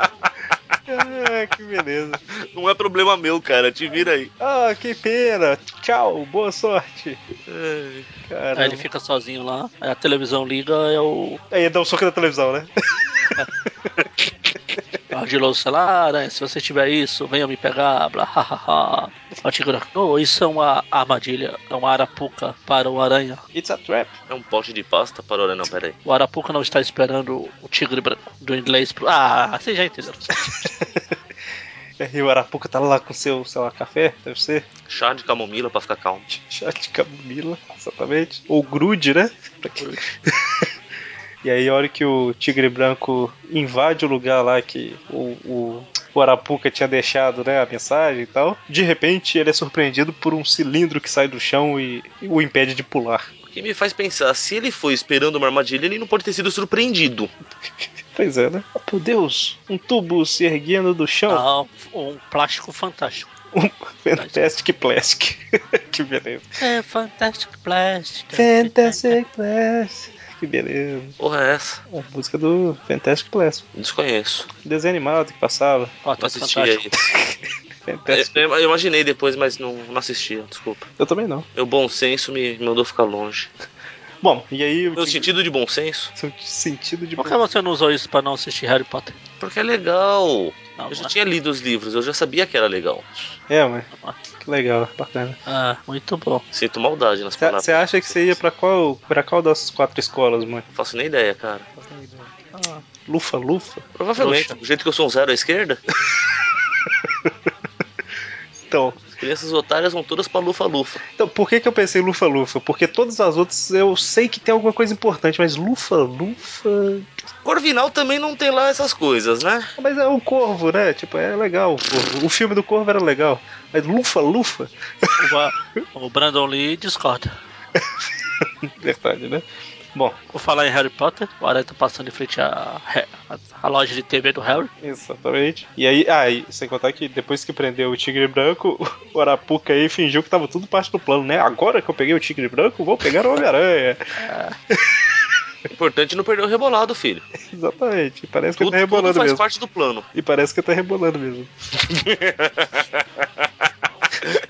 A: ah, que beleza.
C: Não é problema meu, cara, te vira aí.
A: Ah, que pena. Tchau, boa sorte.
C: Ai.
A: Caramba.
B: Aí É, ele fica sozinho lá, aí a televisão liga, é o.
A: Aí dá um soco na televisão, né?
B: Argiloso lá, aranha, se você tiver isso, venha me pegar, blá, ha, ha, ha. A tigra, oh, isso é uma armadilha, é uma arapuca para o aranha.
A: It's a trap.
C: É um pote de pasta para olhar. Não, pera aí.
B: O arapuca não está esperando o tigre branco do inglês pro... Ah, vocês já entenderam.
A: É, E o Arapuca tá lá com seu, sei lá, café, deve ser.
C: Chá de camomila pra ficar calmo.
A: Chá de camomila, exatamente. Ou grude, né? Pra que- E aí, a hora que o tigre branco invade o lugar lá que o, o, o Arapuca tinha deixado, né, a mensagem e tal, de repente ele é surpreendido por um cilindro que sai do chão e, e o impede de pular.
C: O que me faz pensar, se ele foi esperando uma armadilha, ele não pode ter sido surpreendido.
A: Pois é, né? Oh, meu Deus, um tubo se erguendo do chão.
B: Ah, um plástico fantástico.
A: Um Fantastic Plastic. que beleza.
B: É fantástico plástico.
A: Fantastic Plastic. Que beleza.
C: Porra, é essa?
A: A música do Fantastic Plastic.
C: Desconheço.
A: Desenho animado que passava.
B: Ó,
C: Não
B: tá
C: assisti
B: fantástico.
C: aí.
A: Fantastic.
C: Eu, eu imaginei depois, mas não, não assistia, desculpa.
A: Eu também não.
C: Meu bom senso me me mandou ficar longe.
A: Bom, e aí o
C: Meu sentido de bom senso?
A: seu sentido de.
B: Por que você não usou isso pra não assistir Harry Potter?
C: Porque é legal.
B: Não,
C: Eu já
B: não é.
C: tinha lido os livros, eu já sabia que era legal.
A: É, mas que legal, bacana.
B: Ah, muito bom.
C: Sinto maldade nas palavras.
A: Você acha que você ia pra qual, pra qual dessas quatro escolas, mãe?
C: Não faço nem ideia, cara.
B: Ah,
A: Lufa, lufa?
C: Provavelmente,
B: Trouxa.
C: do jeito que eu sou um zero à esquerda,
A: Então,
C: as crianças otárias vão todas pra lufa-lufa.
A: então, por que, que eu pensei lufa, lufa? Porque todas as outras eu sei que tem alguma coisa importante, mas lufa, lufa.
C: Corvinal também não tem lá essas coisas, né?
A: Mas é o corvo, né? Tipo, é legal. O, Corvo. O filme do corvo era legal. Mas lufa, lufa?
B: o Ba- o Brandon Lee discorda.
A: Verdade, né? Bom,
B: Por falar em Harry Potter, o Aranha tá passando em frente à, à- à loja de TV do Harry.
A: Exatamente. E aí, ah, e sem contar que depois que prendeu o tigre branco, o Arapuca aí fingiu que tava tudo parte do plano, né? Agora que eu peguei o tigre branco, vou pegar o Homem-Aranha.
C: Importante não perder o rebolado, filho.
A: Exatamente. Parece que
C: Tudo,
A: ele tá
C: tudo
A: rebolando
C: faz
A: mesmo.
C: parte do plano.
A: E parece que ele tá rebolando mesmo.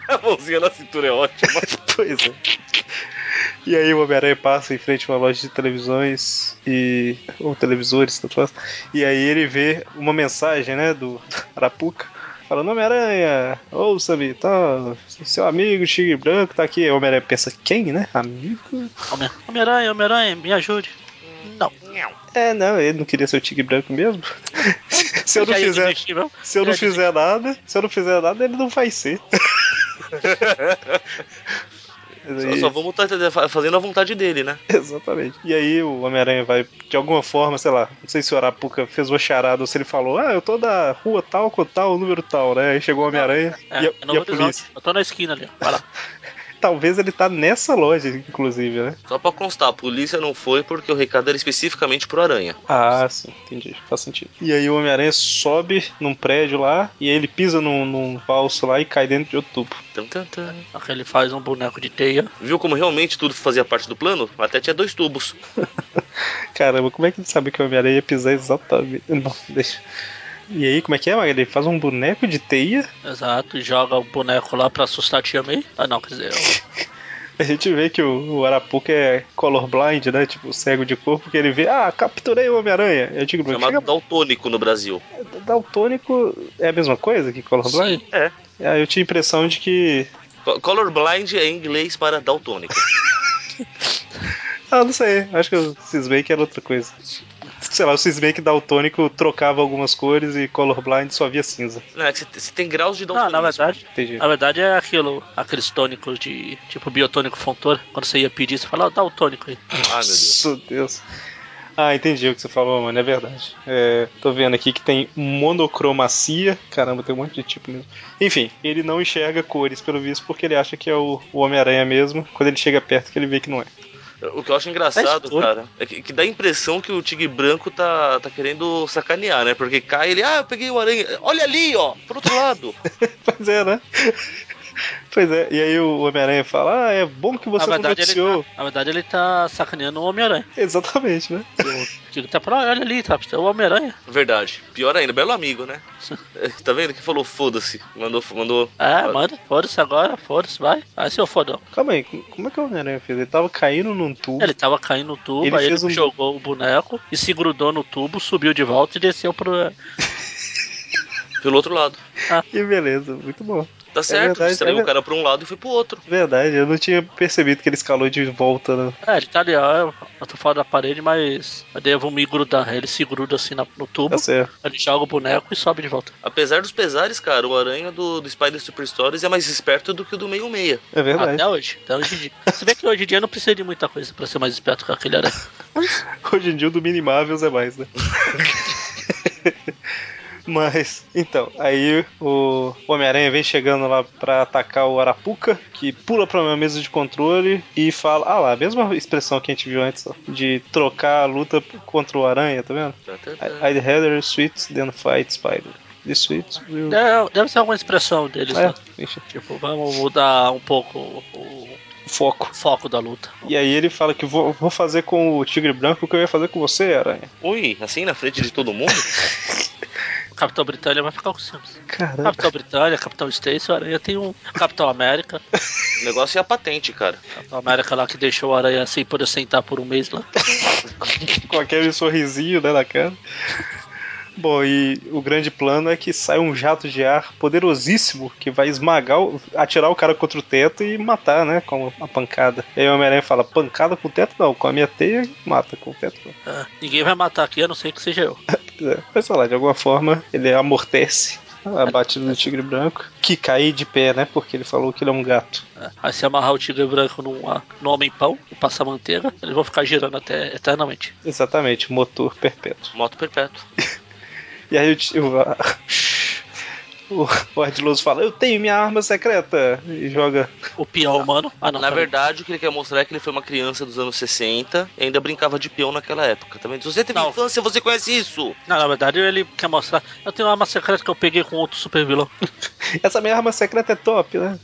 C: A mãozinha na cintura é ótima.
A: pois é. E aí o Homem-Aranha passa em frente a uma loja de televisões e. ou televisores, tanto faz. E aí ele vê uma mensagem, né, do do Arapuca. Falando, Homem-Aranha, ouça-me, tá? Seu amigo Tigre Branco tá aqui. O Homem-Aranha pensa, quem, né? Amigo?
B: Homem- Homem-Aranha, Homem-Aranha, me ajude. Não.
A: É, não, ele não queria ser o Tigre Branco mesmo. se eu não
B: Já ia
A: fizer,
B: desistir mesmo.
A: se eu não
B: já desisti.
A: fizer nada, se eu não fizer nada, ele não vai ser. Mas
C: Só,
A: aí-
C: só vamos tá tá fazendo a vontade dele, né?
A: Exatamente. E aí o Homem-Aranha vai, de alguma forma, sei lá, não sei se o Arapuca fez uma charada ou se ele falou, ah, eu tô da rua tal com tal, número tal, né? Aí chegou o Homem-Aranha
B: É,
A: e, a,
B: é
A: e
B: Novo
A: a polícia.
B: Horizonte. Eu tô na esquina ali, ó. vai lá.
A: Talvez ele tá nessa loja, inclusive, né?
C: Só pra constar, a polícia não foi porque o recado era especificamente pro Aranha.
A: Ah, sim, entendi. Faz sentido. E aí o Homem-Aranha sobe num prédio lá e aí ele pisa num, num valso lá e cai dentro de outro tubo.
C: Tan, tan, tan.
B: Só que ele faz um boneco de teia.
C: Viu como realmente tudo fazia parte do plano? Até tinha dois tubos.
A: Caramba, como é que ele sabe que o Homem-Aranha ia pisar exatamente? Não, deixa. E aí, como é que é, Magali? Ele faz um boneco de teia
B: Exato, e joga o boneco lá pra assustar a tia May. Ah, não, quer dizer, o-
A: A gente vê que o, o Arapuca é colorblind, né? Tipo, cego de cor, porque ele vê, ah, capturei o Homem-Aranha. Eu digo, mas
C: Chamado
A: chega,
C: daltônico no Brasil.
A: daltônico é a mesma coisa que colorblind?
C: É.
A: Ah, eu tinha a impressão de que.
C: Co- Colorblind é inglês para daltônico.
A: Ah, não sei. Acho que o cismei que era outra coisa. Sei lá, o cismei que daltônico trocava algumas cores e colorblind só via cinza.
C: Não, é que você tem graus de
B: não,
C: daltonismo.
B: na verdade,
A: Entendi.
B: na verdade é aquilo, aqueles tônicos de tipo biotônico fontor. Quando você ia pedir, você fala, "Ó, dá o tônico aí.
C: Ah, meu Deus.
A: Nossa, Deus. Ah, entendi o que você falou, mano. É verdade. É, tô vendo aqui que tem monocromacia. Caramba, tem um monte de tipo mesmo. Enfim, ele não enxerga cores, pelo visto, porque ele acha que é o, o Homem-Aranha mesmo. Quando ele chega perto, que ele vê que não é.
C: O que eu acho engraçado,
B: escuro.
C: cara, é que, que dá a impressão que o Tigre Branco tá, tá querendo sacanear, né? Porque cai ele, ah, eu peguei o aranha. Olha ali, ó, pro outro lado.
A: Pois é, né? Pois é. E aí o Homem-Aranha fala: Ah, é bom que você
B: na,
A: não
B: verdade, ele
A: noticiou.
B: tá, na verdade, ele tá sacaneando o Homem-Aranha.
A: Exatamente, né?
B: E O Tigre tá falando, "Ó, olha ali, tá, é o Homem-Aranha.
C: Verdade. Pior ainda, belo amigo, né? É, Tá vendo que falou foda-se? Mandou, mandou.
B: É, manda, foda-se agora, foda-se, vai. Aí seu fodão.
A: Calma aí, como é que o Homem-Aranha fez? Ele tava caindo num tubo.
B: Ele tava caindo no tubo,
A: Uhum. Ele
B: aí ele
A: fez um-
B: jogou o boneco e se grudou no tubo, subiu de volta e desceu pro.
C: pelo outro lado.
A: Que beleza, muito bom.
C: Tá certo,
A: verdade,
C: distraiu
A: é
C: o cara pra um lado e foi pro outro.
A: Verdade, eu não tinha percebido que ele escalou de volta. Né?
B: É, ele tá ali, ó, eu, eu tô fora da parede, mas eu devo me grudar. Aí Ele se gruda assim na- no tubo,
A: Tá certo.
B: ele joga o boneco e sobe de volta.
C: Apesar dos pesares, cara, o aranha do, do Spider Super Stories é mais esperto do que o do meio meia.
A: É verdade.
B: Até hoje, até hoje em dia. Se bem que hoje em dia não precisa de muita coisa pra ser mais esperto que aquele aranha.
A: Hoje em dia o do Minimáveis é mais, né? Mas, então, aí o Homem-Aranha vem chegando lá pra atacar o Arapuca, que pula pra minha mesa de controle e fala: Ah lá, a mesma expressão que a gente viu antes, ó, de trocar a luta contra o Aranha, tá vendo? I- I'd rather sweet than fight spider. The sweet will.
B: É, Deve, deve ser alguma expressão deles, né?
A: Uhum. É, enfim,
B: Tipo, vamos mudar um pouco o,
A: foco.
B: o foco da luta.
A: E aí ele fala que vou, vou fazer com o tigre branco o que eu ia fazer com você, aranha.
C: Ui, assim na frente de todo mundo?
B: O Capitão Britânia vai ficar com os filmes.
A: Caramba.
B: Capitão Britânia, Capitão Stacy, o Aranha tem um. Capitão América.
C: o negócio é a patente, cara.
B: Capitão América lá que deixou o Aranha sem poder sentar por um mês lá.
A: com aquele sorrisinho né, na cara. Bom, e o grande plano é que sai um jato de ar poderosíssimo que vai esmagar, o- atirar o cara contra o teto e matar, né? Com a pancada. E aí o Homem-Aranha fala: pancada com o teto não, com a minha teia mata, com o teto não.
B: É, ninguém vai matar aqui, a não ser que seja eu.
A: É, mas sei lá, de alguma forma ele amortece a batida do tigre branco, que cai de pé, né? Porque ele falou que ele é um gato.
B: É, Aí se amarrar o tigre branco num, num homem pão e passar manteiga, eles vão ficar girando até eternamente.
A: Exatamente, motor perpétuo.
C: Moto perpétuo.
A: E aí o tio. O, o Ardiloso fala: Eu tenho minha arma secreta! E joga.
B: O peão humano. Ah, não.
C: Na
B: peraí.
C: verdade, o que ele quer mostrar é que ele foi uma criança dos anos 60 e ainda brincava de peão naquela época. Também. Se você teve
B: Não.
C: infância, você conhece isso.
B: Não, na verdade ele quer mostrar. Eu tenho uma arma secreta que eu peguei com outro super vilão. É.
A: Essa minha arma secreta é top, né?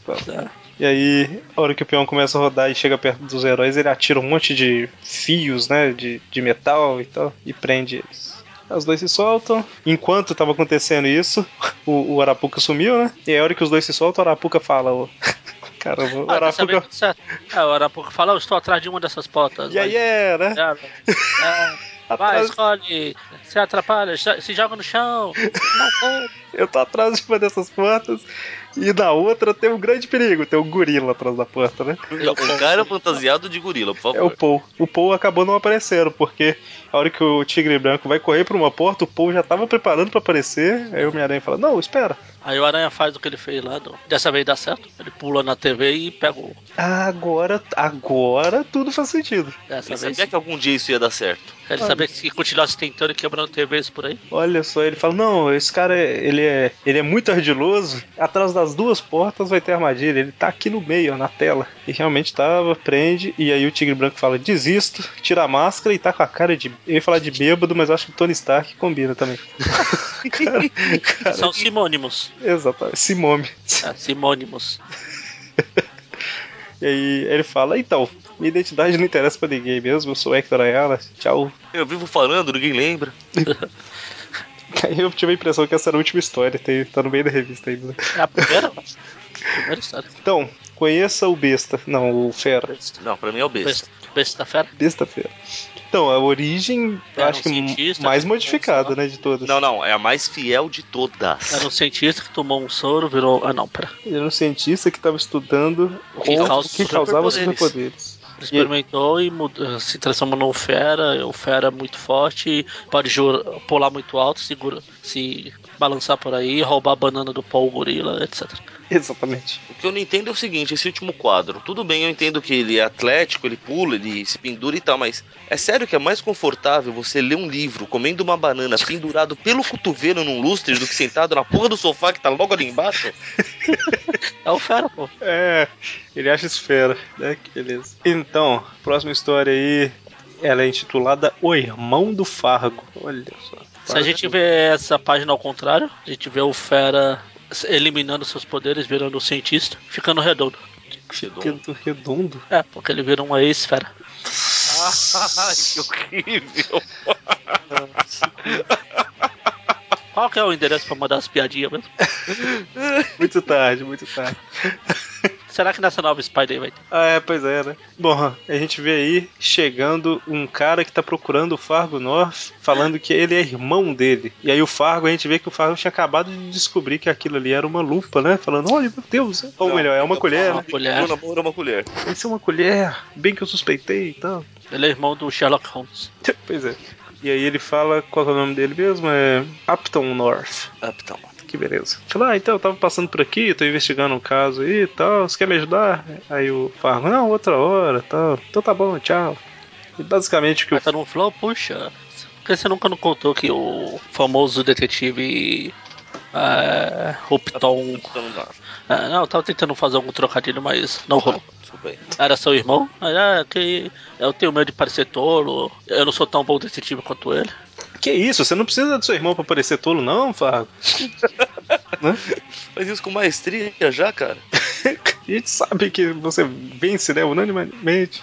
A: E aí, a hora que o peão começa a rodar e chega perto dos heróis, ele atira um monte de fios, né? De, de metal e tal, e prende eles. Os dois se soltam. Enquanto tava acontecendo isso, o, o Arapuca sumiu, né? E aí, a hora que os dois se soltam, o Arapuca fala: ô. Cara, o
B: Ah, dessa vez
A: Arapuca.
B: tudo certo. É, o Arapuca fala, eu estou atrás de uma dessas portas.
A: E aí é, né?
B: Vai, é, vai,
A: Atrás-
B: escolhe, se atrapalha, se joga no chão. Não,
A: Eu tô atrás de uma dessas portas e na outra tem um grande perigo, tem um gorila atrás da porta, né?
B: Eu
C: um cara fantasiado de gorila, por favor.
A: É o Paul. O Paul acabou não aparecendo, porque a hora que o tigre branco vai correr pra uma porta, o Paul já tava preparando pra aparecer, aí o Homem-Aranha fala, não, espera.
B: Aí o Aranha faz o que ele fez lá. do- Dessa vez dá certo. Ele pula na TV e pega o.
A: Agora, agora tudo faz sentido.
B: Dessa vez.
C: Ele sabia que algum dia isso ia dar certo.
B: Ele sabia que se continuasse tentando e quebrando TVs por aí.
A: Olha só, ele fala, não, esse cara, é- ele é, ele é muito ardiloso, atrás das duas portas vai ter armadilha, ele tá aqui no meio, ó, na tela. E realmente tava, prende, e aí o Tigre Branco fala, desisto, tira a máscara e tá com a cara de... Eu ia falar de bêbado, mas acho que Tony Stark combina também. cara, cara,
B: São simônimos.
A: exatamente, Simome.
B: É, simônimos.
A: E aí ele fala, então, minha identidade não interessa pra ninguém mesmo, eu sou Hector Ayala, tchau.
C: Eu vivo falando, ninguém lembra.
A: Aí eu tive a impressão que essa era a última história, tem- tá no meio da revista ainda.
B: É a primeira? primeira história.
A: Então, conheça o besta, não, o fera.
C: Não, pra mim é o besta.
B: Besta- Besta-feira.
A: Besta-feira. Então, a origem, eu
B: Era
A: acho
B: um
A: que
B: cientista,
A: mais
B: um
A: modificada,
B: profissional.
A: né, de todas.
C: Não, não, é a mais fiel de
B: Era
C: todas.
B: um cientista que tomou um soro, virou. Ah, não, pera.
A: Ele era um cientista que estava estudando
B: O que
A: como-
B: causa
A: o que causava
C: superpoderes.
A: superpoderes.
B: Ele experimentou e mudou- se transformou num fera. O fera é muito forte, pode jura- pular muito alto, segura, se balançar por aí, roubar a banana do pau gorila, etc.
A: Exatamente.
C: O que eu não entendo é o seguinte, esse último quadro. Tudo bem, eu entendo que ele é atlético, ele pula, ele se pendura e tal, mas é sério que é mais confortável você ler um livro comendo uma banana pendurado pelo cotovelo num lustre do que sentado na porra do sofá que tá logo ali embaixo?
B: É o fera, pô.
A: É, ele acha isso fera, né? Que beleza. Então, próxima história aí, ela é intitulada O Irmão do Fargo. Olha só.
B: Se a gente vê essa página ao contrário, a gente vê o fera eliminando seus poderes, virando um cientista, ficando redondo.
A: Redondo, redondo.
B: É, porque ele vira uma ex-fera.
C: Ai, que horrível.
B: Qual que é o endereço pra mandar as piadinhas mesmo?
A: Muito tarde, muito tarde.
B: Será que nessa nova Spider vai ter?
A: Ah, é, pois é, né? Bom, a gente vê aí chegando um cara que tá procurando o Fargo North, falando que ele é irmão dele. E aí o Fargo, a gente vê que o Fargo tinha acabado de descobrir que aquilo ali era uma lupa, né? Falando, olha, meu Deus. Ou
C: Não,
A: melhor, é uma
C: não,
A: colher,
B: não.
A: né?
B: Colher.
C: Pegou na mão, era uma colher.
A: Isso é uma colher. Bem que eu suspeitei e tal.
B: Ele é irmão do Sherlock Holmes.
A: Pois é. E aí ele fala, qual que é o nome dele mesmo? É Upton North.
C: Upton.
A: Que beleza. Fala, ah, então, eu tava passando por aqui, tô investigando um caso aí e tal, você quer me ajudar? Aí o Fargo, não, outra hora, tal. Então tá bom, tchau. E basicamente o que o
B: Mas tá no flow, puxa. Por que você nunca não contou que o famoso detetive. ah, Rupton.
C: Upton North.
B: ah, não, eu tava tentando fazer algum trocadilho, mas não rolou.
C: Desculpa aí.
B: Era seu irmão? Ah, que eu tenho medo de parecer tolo. Eu não sou tão bom detetive quanto ele.
A: Que isso? Você não precisa do seu irmão pra parecer tolo, não, Fargo?
C: Faz isso com maestria já, cara.
A: A gente sabe que você vence, né, unanimemente.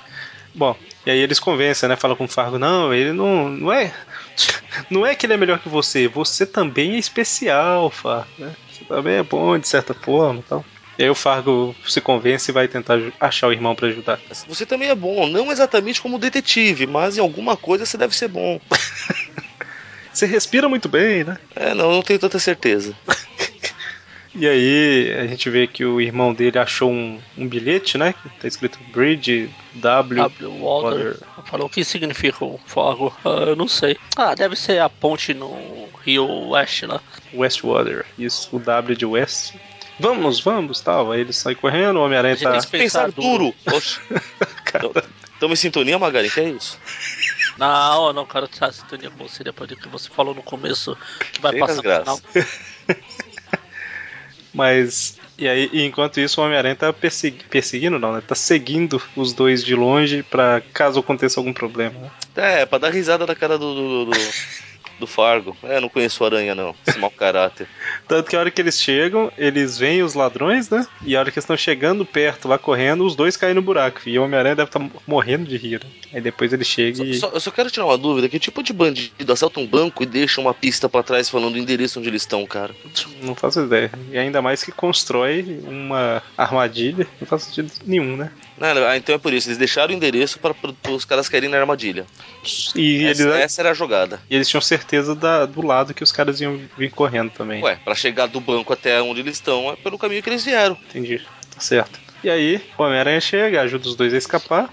A: Bom, e aí eles convencem, né? Fala com o Fargo, não, ele não, não é. Não é que ele é melhor que você, você também é especial, Fargo, né? Você também é bom de certa forma e tal. E aí o Fargo se convence e vai tentar ju- achar o irmão pra ajudar.
C: Você também é bom, não exatamente como detetive, mas em alguma coisa você deve ser bom.
A: Você respira muito bem, né?
C: É, não, não tenho tanta certeza.
A: E aí a gente vê que o irmão dele achou um, um bilhete, né? que Tá escrito Bridge W.
B: W. Water. Falou o que significa o fogo? Ah, eu não sei. Ah, deve ser a ponte no Rio West lá.
A: Westwater. Isso, o W de West. Vamos, vamos, tal. Aí ele sai correndo, o Homem-Aranha
B: A
A: tá.
B: gente
C: Pensar duro. Oxe,
A: Cara,
C: tamo em sintonia, Magari? Que é isso?
B: Não, eu não quero tirar a sintonia com você depois do que você falou no começo que vai
C: Sem
B: passar no
C: desgraça.
B: final.
A: Mas. E aí, e enquanto isso, o Homem-Aranha tá persegui- perseguindo, não, né? Tá seguindo os dois de longe pra caso aconteça algum problema. né?
C: É, pra dar risada na cara do. do, do- do- do Fargo. É, não conheço o aranha, não. Esse mau caráter.
A: Tanto que a hora que eles chegam, eles veem os ladrões, né? E a hora que eles estão chegando perto, lá correndo, os dois caem no buraco. E o Homem-Aranha deve estar morrendo de rir. né? Aí depois ele chega e.
C: Só- só- eu só quero tirar uma dúvida: que tipo de bandido assalta um banco e deixa uma pista pra trás falando o endereço onde eles estão, cara?
A: Não faço ideia. E ainda mais que constrói uma armadilha. Não faz sentido nenhum, né?
C: Não, não, ah, então é por isso. Eles deixaram o endereço para os caras caírem na armadilha.
A: E
C: Essa, é
A: eles,
C: essa era a jogada.
A: e eles tinham certeza da- do lado que os caras iam vir correndo também.
C: Ué, pra chegar do banco até onde eles estão é pelo caminho que eles vieram.
A: Entendi. Tá certo. E aí, o Homem-Aranha chega, ajuda os dois a escapar.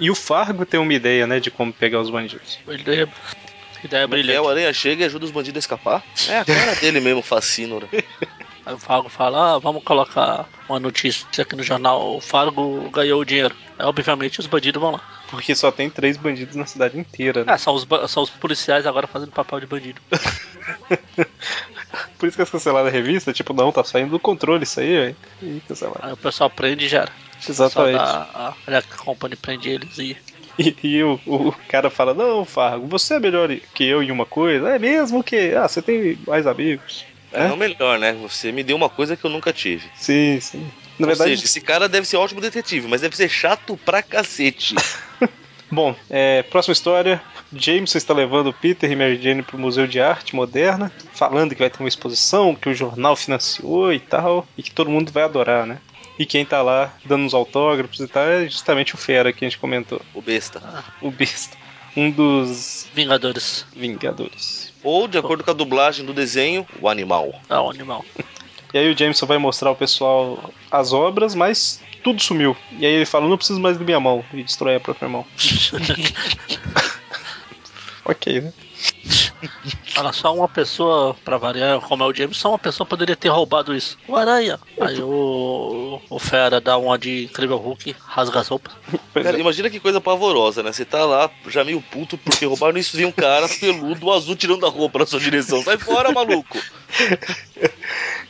A: E o Fargo tem uma ideia, né, de como pegar os bandidos.
B: Ideia, ideia
A: É
C: Ele, é o
B: brilhante.
C: Aranha chega e ajuda os bandidos a escapar. É a cara dele mesmo, fascínora.
B: Aí o Fargo fala, ah, vamos colocar uma notícia aqui no jornal. O Fargo ganhou o dinheiro. Aí, obviamente os bandidos vão lá.
A: Porque só tem três bandidos na cidade inteira, né?
B: Ah, são os, ba- são os policiais agora fazendo papel de bandido.
C: Ah.
A: Por isso que eles cancelaram a revista. Tipo, não, tá saindo do controle isso aí, velho. E cancelaram.
B: Aí o pessoal prende e já era.
C: Ah,
B: O pessoal
A: Exatamente.
B: da- a Electric Company prende eles e
A: E, e o, o cara fala: Não, Fargo, você é melhor que eu em uma coisa. É mesmo que. Ah, você tem mais amigos.
C: É, não melhor, né? Você me deu uma coisa que eu nunca tive.
A: Sim, sim. Na
C: Ou
A: verdade,
C: seja, esse cara deve ser um ótimo detetive, mas deve ser chato pra cacete.
A: bom, é, próxima história. Jameson está levando Peter e Mary Jane para o Museu de Arte Moderna, falando que vai ter uma exposição, que o jornal financiou e tal, e que todo mundo vai adorar, né? E quem tá lá dando uns autógrafos e tal é justamente o Fera que a gente comentou,
C: o besta.
A: o Besta, um dos
B: Vingadores.
A: Vingadores.
C: Ou, de acordo com a dublagem do desenho, o animal.
B: Ah, o animal.
A: E aí o Jameson vai mostrar ao pessoal as obras, mas tudo sumiu. E aí ele fala, não preciso mais da minha mão, e destrói a própria mão. ok, né?
B: Olha só, uma pessoa, pra variar, como é o James, só uma pessoa poderia ter roubado isso. O Aranha. Aí o, o Fera dá uma de incrível Hulk, rasga as roupas.
A: Pois
C: Cara,
A: é.
C: imagina que coisa pavorosa, né? Você tá lá, já meio puto, porque roubaram isso de um cara peludo, azul, tirando a roupa na sua direção. Sai fora, maluco!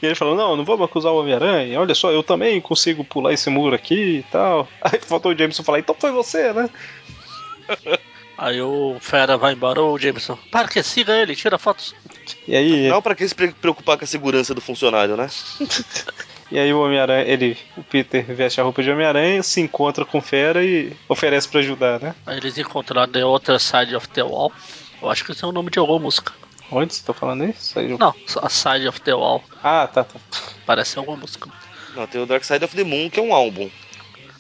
A: E ele falou, não, não vamos acusar o Homem-Aranha, olha só, eu também consigo pular esse muro aqui e tal. Aí faltou o Jameson falar, então foi você, né?
B: Aí o Fera vai embora, o Jameson. Para que siga ele, tira fotos.
A: E aí,
C: Não é pra que se pre- preocupar com a segurança do funcionário, né?
A: e aí o Homem-Aranha, ele, o Peter veste a roupa de Homem-Aranha, se encontra com o Fera e oferece pra ajudar, né?
B: Aí eles encontraram The Other Side of the Wall. Eu acho que esse é o nome de alguma música.
A: Onde você tá falando isso? Aí eu-
B: Não, só a Side of the Wall.
A: Ah, tá, tá.
B: Parece alguma música.
C: Não, tem o Dark Side of the Moon, que é um álbum.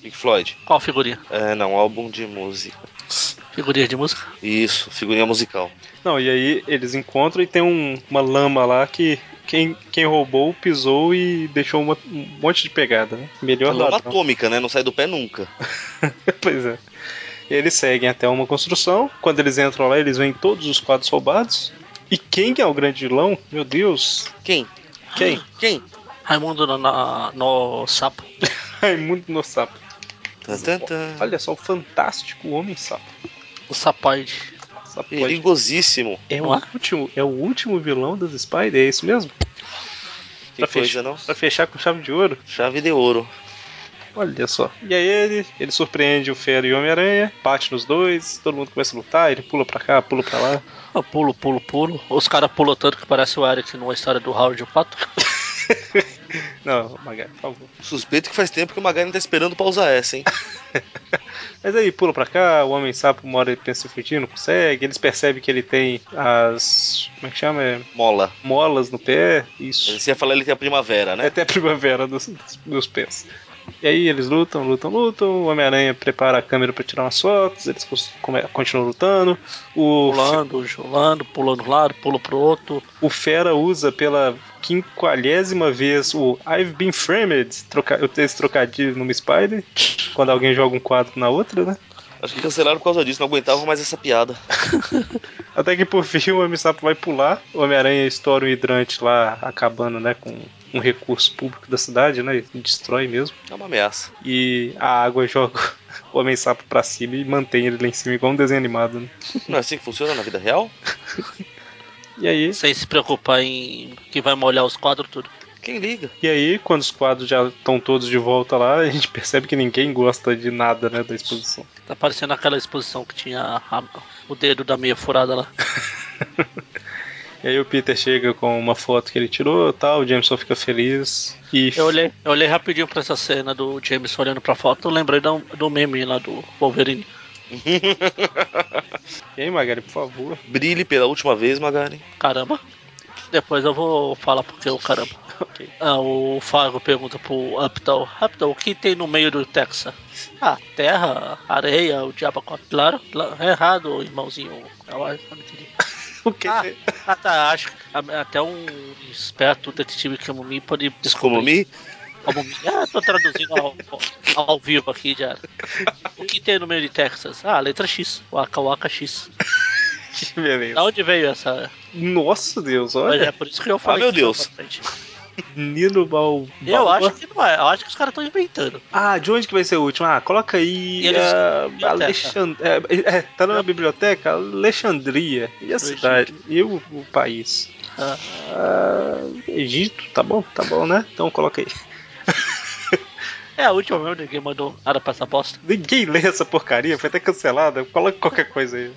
C: Pink Floyd.
B: Qual figurinha?
C: É, não, álbum de música.
B: Figurinha de música?
C: Isso, figurinha musical.
A: Não, e aí eles encontram e tem um- uma lama lá que quem, quem roubou pisou e deixou uma- um monte de pegada, né? Melhor
C: Lama
A: ladrão.
C: é atômica, né? Não sai do pé nunca.
A: pois é. Eles seguem até uma construção. Quando eles entram lá, eles veem todos os quadros roubados. E quem que é o grande vilão? Meu Deus!
C: Quem?
A: Quem?
C: Quem?
B: Raimundo no, na- no sapo.
A: Raimundo no Sapo.
C: Tan, tan, tan.
A: Olha só, o fantástico Homem Sapo.
B: O sapoide.
A: Sapoide.
C: Perigosíssimo.
A: É o
B: Ué?
A: último, é o último vilão das Spider, é isso mesmo?
C: Que
A: Pra
C: coisa,
A: fechar,
C: não?
A: pra fechar com chave de ouro?
C: Chave de ouro.
A: Olha só. E aí ele, ele surpreende o Fera e o Homem-Aranha, bate nos dois, todo mundo começa a lutar, ele pula pra cá, pula pra lá.
B: Eu Ah, pulo, pulo, pulo. Os caras pulam tanto que parece o Eric numa história do Howard o Pato.
A: Não, Magali, por favor.
C: Suspeito que faz tempo que o Magari tá esperando pra usar essa, hein?
A: Mas aí pula pra cá, o homem sapo uma hora ele pensa em fugir, não consegue, eles percebem que ele tem as. como é que chama? É,
C: Mola.
A: molas no pé, isso.
C: Você ia falar ele que é a primavera,
A: É
C: né?
A: até a primavera dos, dos, dos pés. E aí eles lutam, lutam, lutam, o Homem-Aranha prepara a câmera pra tirar umas fotos, eles cons- come- continuam lutando, o,
B: Pulando, julando, pulando um lado, pulo pro outro.
A: o Fera usa pela quinquagésima vez o I've been framed, troca, eu tenho esse trocadilho numa Spider, quando alguém joga um quadro na outra, né?
C: Acho que cancelaram por causa disso, não aguentavam mais essa piada.
A: Até que por fim o Homem-Sapo vai pular, o Homem-Aranha estoura um hidrante lá, acabando né, com um recurso público da cidade, né? e Destrói mesmo.
C: É uma ameaça.
A: E a água joga o Homem-Sapo pra cima e mantém ele lá em cima, igual um desenho animado, né?
C: Não é assim que funciona na vida real?
A: E aí,
B: Sem se preocupar em que vai molhar os quadros tudo.
C: Quem liga?
A: e aí, quando os quadros já estão todos de volta lá, a gente percebe que ninguém gosta de nada, né, da exposição.
B: Tá parecendo aquela exposição que tinha a- o dedo da meia furada lá.
A: E aí o Peter chega com uma foto que ele tirou tal, o Jameson fica feliz e.
B: Eu olhei, eu olhei rapidinho pra essa cena do James olhando pra foto, eu lembrei do, do meme lá do Wolverine.
A: E aí, Magari, por favor.
C: Brilhe pela última vez, Magari.
B: Caramba. Depois eu vou falar porque o caramba.
A: Ok.
B: Ah, o Fargo pergunta pro Uptal, Uptal, o que tem no meio do Texas? Ah, terra, areia, o diabo quatro. Claro, cla- é errado, irmãozinho. Eu acho que não entendi.
A: O que?
B: Ah, ah, tá, acho que a- até um esperto detetive Kamumi pode descobrir.
C: Como me?
B: Kamumi? Ah, tô traduzindo ao, ao vivo aqui já. O que tem no meio de Texas? Ah, letra X, Waka Waka X. Da
A: Beleza.
B: onde veio essa?
A: Nossa Deus,
B: Mas é
A: olha.
B: por isso que eu falei.
C: meu
B: que tinha
C: Deus.
B: pra frente.
A: Nino Bal.
B: Eu
A: Balba.
B: acho que não é, eu acho que os caras estão inventando.
A: Ah, de onde que vai ser o último? Ah, coloca aí.
B: E eles-
A: a... Alexand... é, é, tá na biblioteca? Alexandria. E a
B: Do
A: cidade? E o, o país?
B: Ah.
A: Ah, Egito, tá bom? Tá bom, né? Então coloca aí.
B: É a última mesmo, ninguém mandou nada pra essa bosta.
A: Ninguém lê essa porcaria, foi até cancelada. Coloca qualquer coisa aí.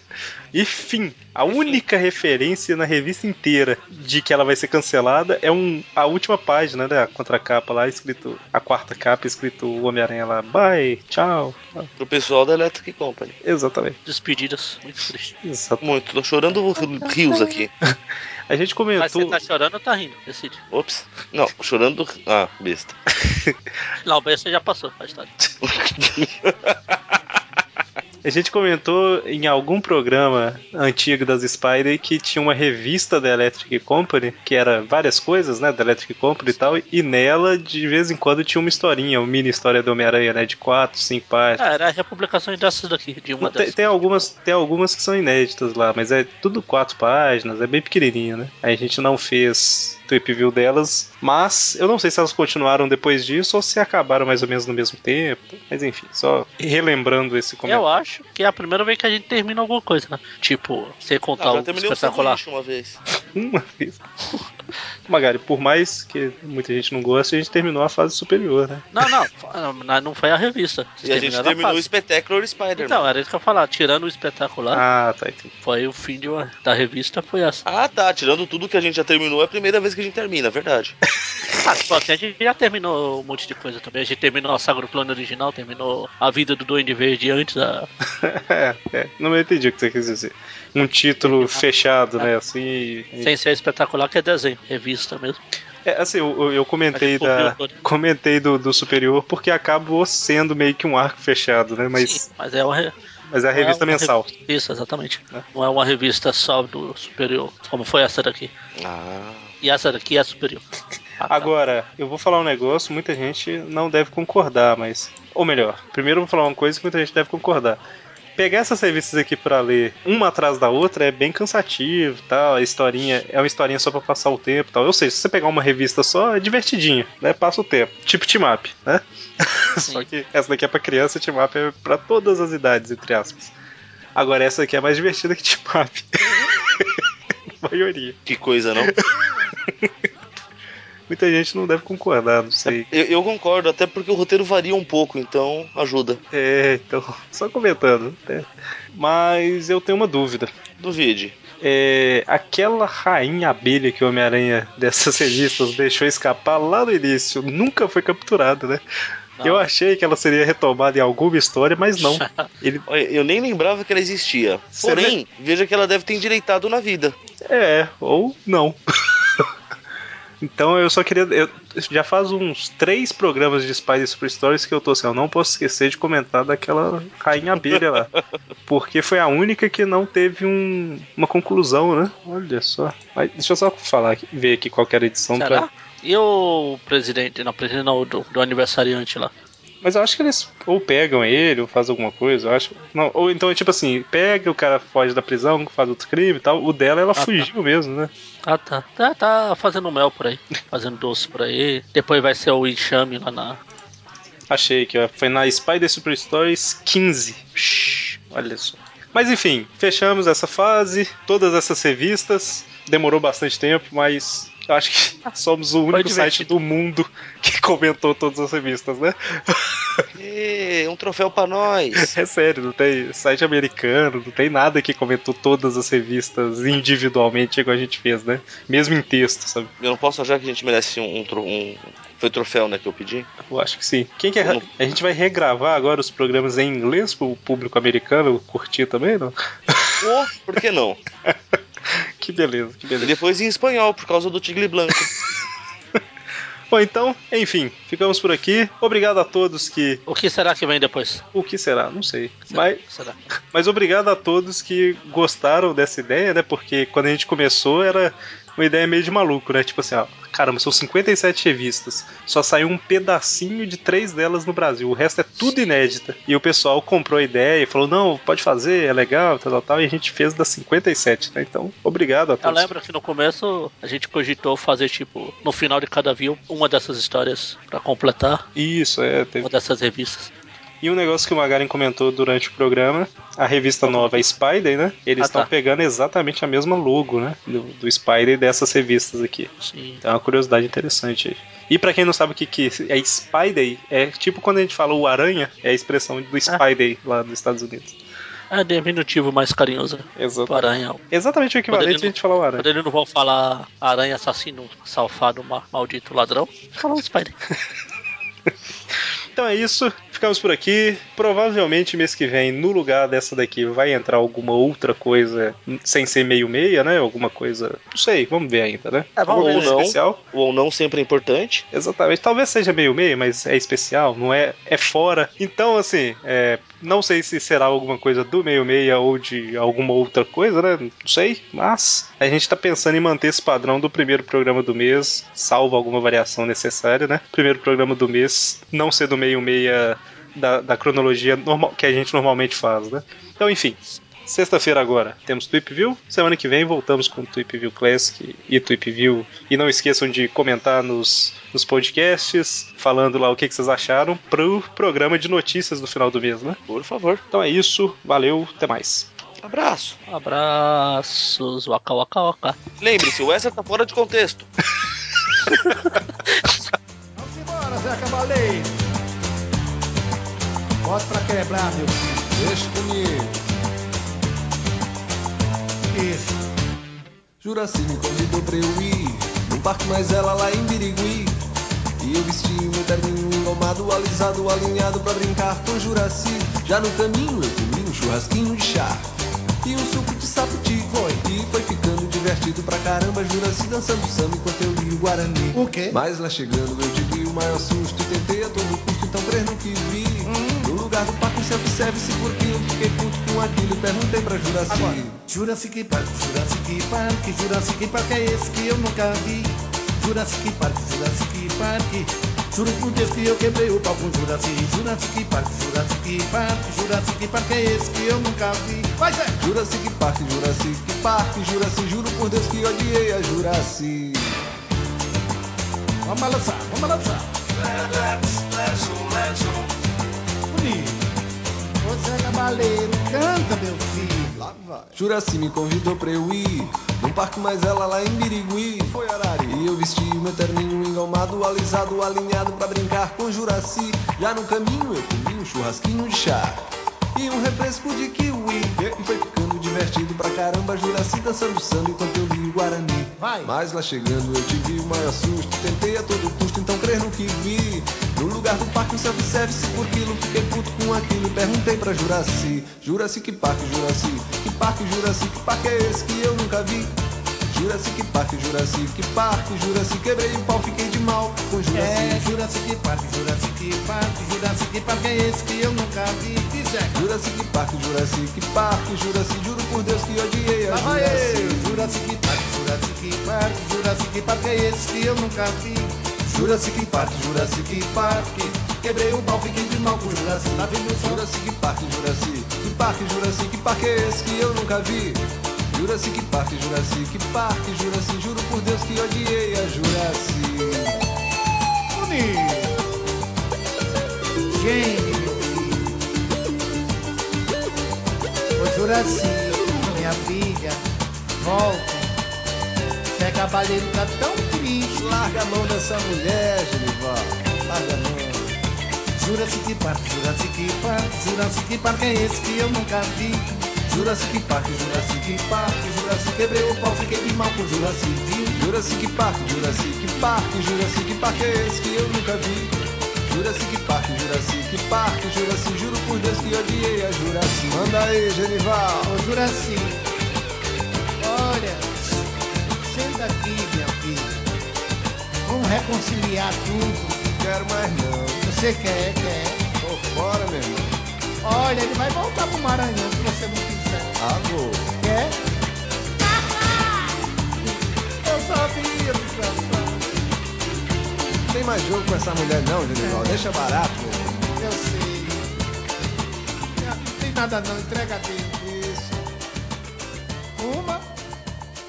A: E fim, a única referência na revista inteira de que ela vai ser cancelada é um, a última página, né? A contracapa lá, escrito. A quarta capa, escrito o Homem-Aranha lá. Bye, tchau.
C: Pro pessoal da Electric Company.
A: Exatamente.
B: Despedidas, muito triste.
A: Exatamente.
C: Muito, tô chorando rios aqui.
A: A gente
B: Mas você
A: comentou.
B: tá chorando ou tá rindo? Decide.
C: Ops. Não, chorando. Ah, besta.
B: Não, mas você já passou a história.
A: A gente comentou em algum programa antigo das Spider que tinha uma revista da Electric Company, que era várias coisas, né, da Electric Company e tal, e nela de vez em quando tinha uma historinha, uma mini história do Homem-Aranha, né, de quatro, cinco páginas.
B: Ah, era republicações dessas daqui, de uma
A: tem,
B: dessas.
A: tem algumas, tem algumas que são inéditas lá, mas é tudo quatro páginas, é bem pequenininha, né? Aí a gente não fez trip view delas, mas eu não sei se elas continuaram depois disso ou se acabaram mais ou menos no mesmo tempo, mas enfim, só relembrando esse comentário.
B: Eu acho que é a primeira vez que a gente termina alguma coisa, né? Tipo, sem contar
C: Ah, já
B: o
C: terminei o
B: espetacular.
C: sanduíche uma vez.
A: Uma vez. Magari, por mais que muita gente não goste, a gente terminou a fase superior, né?
B: Não, não, f- não, não foi a revista. Vocês
C: E a gente
B: terminaram
C: terminou o
B: fase.
C: Spectacular Spider-Man.
B: Então, era isso que eu ia falar. Tirando o espetacular,
A: Ah, tá, entendi.
B: foi o fim de uma- da revista, foi essa.
C: Ah, tá. Tirando tudo que a gente já terminou, é a primeira vez que a gente termina, é verdade.
B: Ah, tipo, assim, a gente já terminou um monte de coisa também. A gente terminou a saga do plano original, terminou a vida do Duende Verde antes da,
A: é, é, não entendi o que você quis dizer. Um título fechado, né? Assim. e-
B: Sem ser espetacular, que é desenho, é revista mesmo.
A: É, assim, eu, eu comentei,
B: Acho que foi
A: da,
B: o primeiro.
A: comentei do, do superior porque acabou sendo meio que um arco fechado, né? Mas,
B: Sim, mas é uma, re-
A: mas é a revista
B: não é uma
A: mensal.
B: revi- Isso, exatamente.
A: Né?
B: Não é uma revista só do superior, como foi essa daqui.
C: Ah.
B: E essa daqui é superior. Ah, tá.
A: Agora, eu vou falar um negócio, muita gente não deve concordar, mas. Ou melhor, primeiro eu vou falar uma coisa que muita gente deve concordar. Pegar essas revistas aqui pra ler uma atrás da outra é bem cansativo tal. A historinha é uma historinha só pra passar o tempo tal. Ou seja, se você pegar uma revista só, é divertidinho, né? Passa o tempo. Tipo team up, né? só que essa daqui é pra criança e team up é pra todas as idades, entre aspas. Agora essa aqui é mais divertida que team up. maioria.
C: Que coisa, não?
A: Muita gente não deve concordar, não sei.
C: Eu, eu concordo, até porque o roteiro varia um pouco, então ajuda.
A: É, então, só comentando. né? Mas eu tenho uma dúvida.
C: Duvide.
A: É, aquela rainha abelha que o Homem-Aranha dessas revistas deixou escapar lá no início nunca foi capturada, né?
B: Não.
A: Eu achei que ela seria retomada em alguma história, mas não. Ele,
C: Olha, eu nem lembrava que ela existia.
A: Você
C: Porém, veja que ela deve ter endireitado na vida.
A: é, ou não. Então eu só queria. eu- já faz uns três programas de Spider Super Stories que eu tô assim, eu não posso esquecer de comentar daquela rainha abelha lá. Porque foi a única que não teve um- uma conclusão, né? Olha só. Mas deixa eu só falar aqui, ver aqui qual que era a edição.
B: Será?
A: pra-
B: E o presidente, não, presidente não, do, do aniversariante lá.
A: Mas eu acho que eles ou pegam ele, ou fazem alguma coisa, eu acho. Não, ou então é tipo assim, pega, o cara foge da prisão, faz outro crime e tal. O dela, ela
B: tá.
A: fugiu mesmo, né?
B: Ah, tá. tá. Tá fazendo mel por aí, fazendo doce por aí. Depois vai ser o enxame lá na.
A: Achei que ó, foi na Spider Super Stories 15. Shhh, olha só. Mas enfim, fechamos essa fase, todas essas revistas. Demorou bastante tempo, mas eu acho que somos o único site
B: divertido.
A: do mundo que comentou todas as revistas, né?
C: Ê, um troféu pra nós.
A: É sério, não tem site americano, não tem nada que comentou todas as revistas individualmente, igual a gente fez, né? Mesmo em texto, sabe?
C: Eu não posso achar que a gente merece um. um tro- um- Foi troféu, né, que eu pedi?
A: Eu acho que sim. Quem que é...
C: Vamos.
A: A gente vai regravar agora os programas em inglês pro público americano curtir também, não?
C: Ou, por que não?
A: Que beleza, que
C: E
A: beleza.
C: depois em espanhol, por causa do Tigre Blanco.
A: Bom, então, enfim, ficamos por aqui. Obrigado a todos que.
B: O que será que vem depois?
A: O que será? Não sei.
B: Será-
A: Mas,
B: será?
A: mas obrigado a todos que gostaram dessa ideia, né? Porque quando a gente começou era uma ideia meio de maluco, né? Tipo assim, ó, caramba, são 57 revistas. Só saiu um pedacinho de três delas no Brasil. O resto é tudo inédita. E o pessoal comprou a ideia e falou: não, pode fazer, é legal, tal, tal, tal. E a gente fez das 57, né? Então, obrigado a
B: Eu
A: todos.
B: lembro que no começo a gente cogitou fazer, tipo, no final de cada view, uma dessas histórias pra completar,
A: Isso, é, teve.
B: uma dessas revistas.
A: E um negócio que o Magaren comentou durante o programa, a revista nova é Spider, né? Eles
B: Ah,
A: estão
B: tá.
A: pegando exatamente a mesma logo, né? Do, do Spider dessas revistas aqui.
B: Sim.
A: Então é uma curiosidade interessante aí. E pra quem não sabe o que, que é Spider, é tipo quando a gente fala o aranha, é a expressão
B: Ah.
A: do Spider lá nos Estados Unidos.
B: É diminutivo mais carinhoso pro
A: Exatamente.
B: aranha.
A: Exatamente o equivalente a gente falar o aranha.
B: Quando eles não vão falar aranha assassino, salvado, ma- maldito ladrão, fala o Spider.
A: Então é isso, ficamos por aqui. Provavelmente mês que vem, no lugar dessa daqui, vai entrar alguma outra coisa sem ser meio-meia, né? Alguma coisa. Não sei, vamos ver ainda, né?
B: É,
C: vamos
A: Alguma
C: ver,
A: coisa
C: não.
A: especial.
C: o ou não sempre é importante.
A: Exatamente. Talvez seja meio-meia, mas é especial, não é? É fora. Então, assim, é, não sei se será alguma coisa do meio-meia ou de alguma outra coisa, né? Não sei, mas a gente tá pensando em manter esse padrão do primeiro programa do mês, salvo alguma variação necessária, né? Primeiro programa do mês não ser do meio-meia da, da cronologia normal, que a gente normalmente faz, né? Então, enfim. Sexta-feira agora temos Tweep View. Semana que vem voltamos com Tweep View Classic e Tweep View. E não esqueçam de comentar nos, nos podcasts, falando lá o que, que vocês acharam pro programa de notícias do final do mês, né?
C: Por favor.
A: Então é isso, valeu, até mais.
C: Abraço.
B: Abraços, waka waka waka.
C: Lembre-se, o essa tá fora de contexto.
D: Vamos embora, Zeca Baleia. Bota pra quebrar, meu filho. Deixa comigo. Isso. Juraci me convidou pra eu ir num parque mais ela lá em Birigui. E eu vesti o meu terninho engomado, alisado, alinhado pra brincar com Juraci. Já no caminho eu comi um churrasquinho de chá e um suco de sapoti. Foi e foi ficando divertido. divertido pra caramba, Juraci dançando samba enquanto eu li o Guarani.
E: O quê?
D: Mas lá chegando eu tive o maior susto e tentei a todo custo, então crer no que vi. No lugar do Paco em self-service, porque eu fiquei puto com aquilo, perguntei pra Juraci.
E: Agora, Jurassic Park, Jurassic Park, Jurassic Park é esse que eu nunca vi. Jurassic Park, Jurassic Park, juro por Deus que eu quebrei o pau com Jurassic. Jurassic Park, Jurassic Park, Jurassic Park é esse que eu nunca vi. Vai ser!
D: Jurassic Park, Jurassic Park, Juraci, juro por Deus que odiei a Juraci.
E: Vamos balançar, vamos balançar. Bonito. Você é cavaleiro, canta meu filho. Lá vai.
D: Juraci me convidou pra eu ir num parque mais ela lá em Birigui. Foi horário. E eu vesti meu terninho engomado, alisado, alinhado pra brincar com Juraci. Já no caminho eu comi um churrasquinho de chá e um refresco de kiwi. E foi ficando divertido pra caramba, Juraci dançando samba enquanto eu li o Guarani.
E: Vai.
D: Mas lá chegando eu tive o maior susto, tentei a todo custo, então crer no que vi. No lugar do parque, um self-service por quilo, fiquei puto com aquilo e perguntei pra Juraci. Juraci, que parque, Juraci? Que parque, Juraci? Que parque é esse que eu nunca vi? Jurassic Park, Jurassic Park, Jurassic quebrei o pau, fiquei de mal com Juraci.
E: É Jurassic Park, Jurassic Park, Jurassic Park é esse que eu nunca vi. E Zeca?
D: Jurassic Park, Jurassic Park, Juraci, juro por Deus que odiei a
E: Lá vai
D: Juraci.
E: eu. Jurassic Park, Jurassic Park, Jurassic Park é esse que eu nunca vi.
D: Jurassic Park, Jurassic Park,
E: Quebrei o pau, fiquei de mal com Jurassic. Tá vendo só?
D: Jurassic Park, Jurassic Park, Jurassic Park é esse que eu nunca vi. Jurassic Park, Jurassic Park, Juraci, juro por Deus que odiei a Juraci.
E: Bonito. Gênio. Ô Juraci, minha filha, volta. Você é cavaleiro, tá tão triste.
D: Larga a mão dessa mulher, Genival. Larga a mão.
E: Jurassic Park, Jurassic Park, Jurassic Park é esse que eu nunca vi.
D: Jurassic Park, Jurassic Park, Jurassic quebrei o pau, fiquei de mal com Jurassic viu? Jurassic Park, Jurassic Park, Jurassic Park é esse que eu nunca vi Jurassic Park, Jurassic Park, Jurassic juro por Deus que odiei a Jurassic Manda aí, Genival
E: Ô Juraci, assim. olha, senta aqui, minha filha. Vamos reconciliar tudo.
D: Não quero mais não,
E: Você quer, quer.
D: tô fora, meu irmão
E: Olha, ele vai voltar pro Maranhão se você não quiser.
D: Alô,
E: Quer? Eu sabia, desgraçado.
D: não tem mais jogo com essa mulher não, Genival Deixa barato, meu irmão.
E: Eu sei. Não tem nada não, entrega dele.
D: Isso,
E: Uma?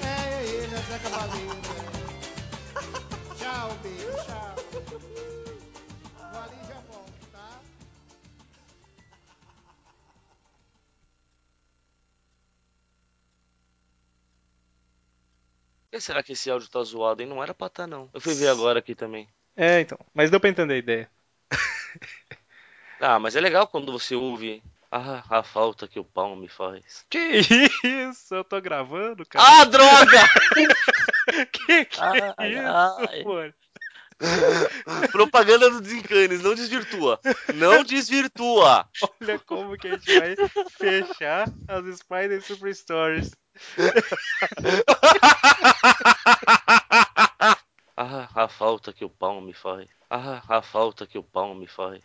E: É, é ele, é Zé Cavaleiro. é. Tchau, beijo, tchau. Vou ali e já volto, tá?
C: E será que esse áudio tá zoado, hein? Não era pra tá, não. Eu fui ver agora aqui também.
A: É, então. Mas deu pra entender a ideia.
C: Ah, mas é legal quando você ouve. Ah, a falta que o pau me faz.
A: Que isso? Eu tô gravando, cara.
C: Ah, droga!
A: que que
B: Ah! Ai,
A: é isso,
B: ai.
A: mano?
C: Propaganda do Desencanes, não desvirtua. Não desvirtua.
A: Olha como que a gente vai fechar as Spider Super Stories.
C: Ah, a falta que o pau me faz. Ah, a falta que o pau me faz.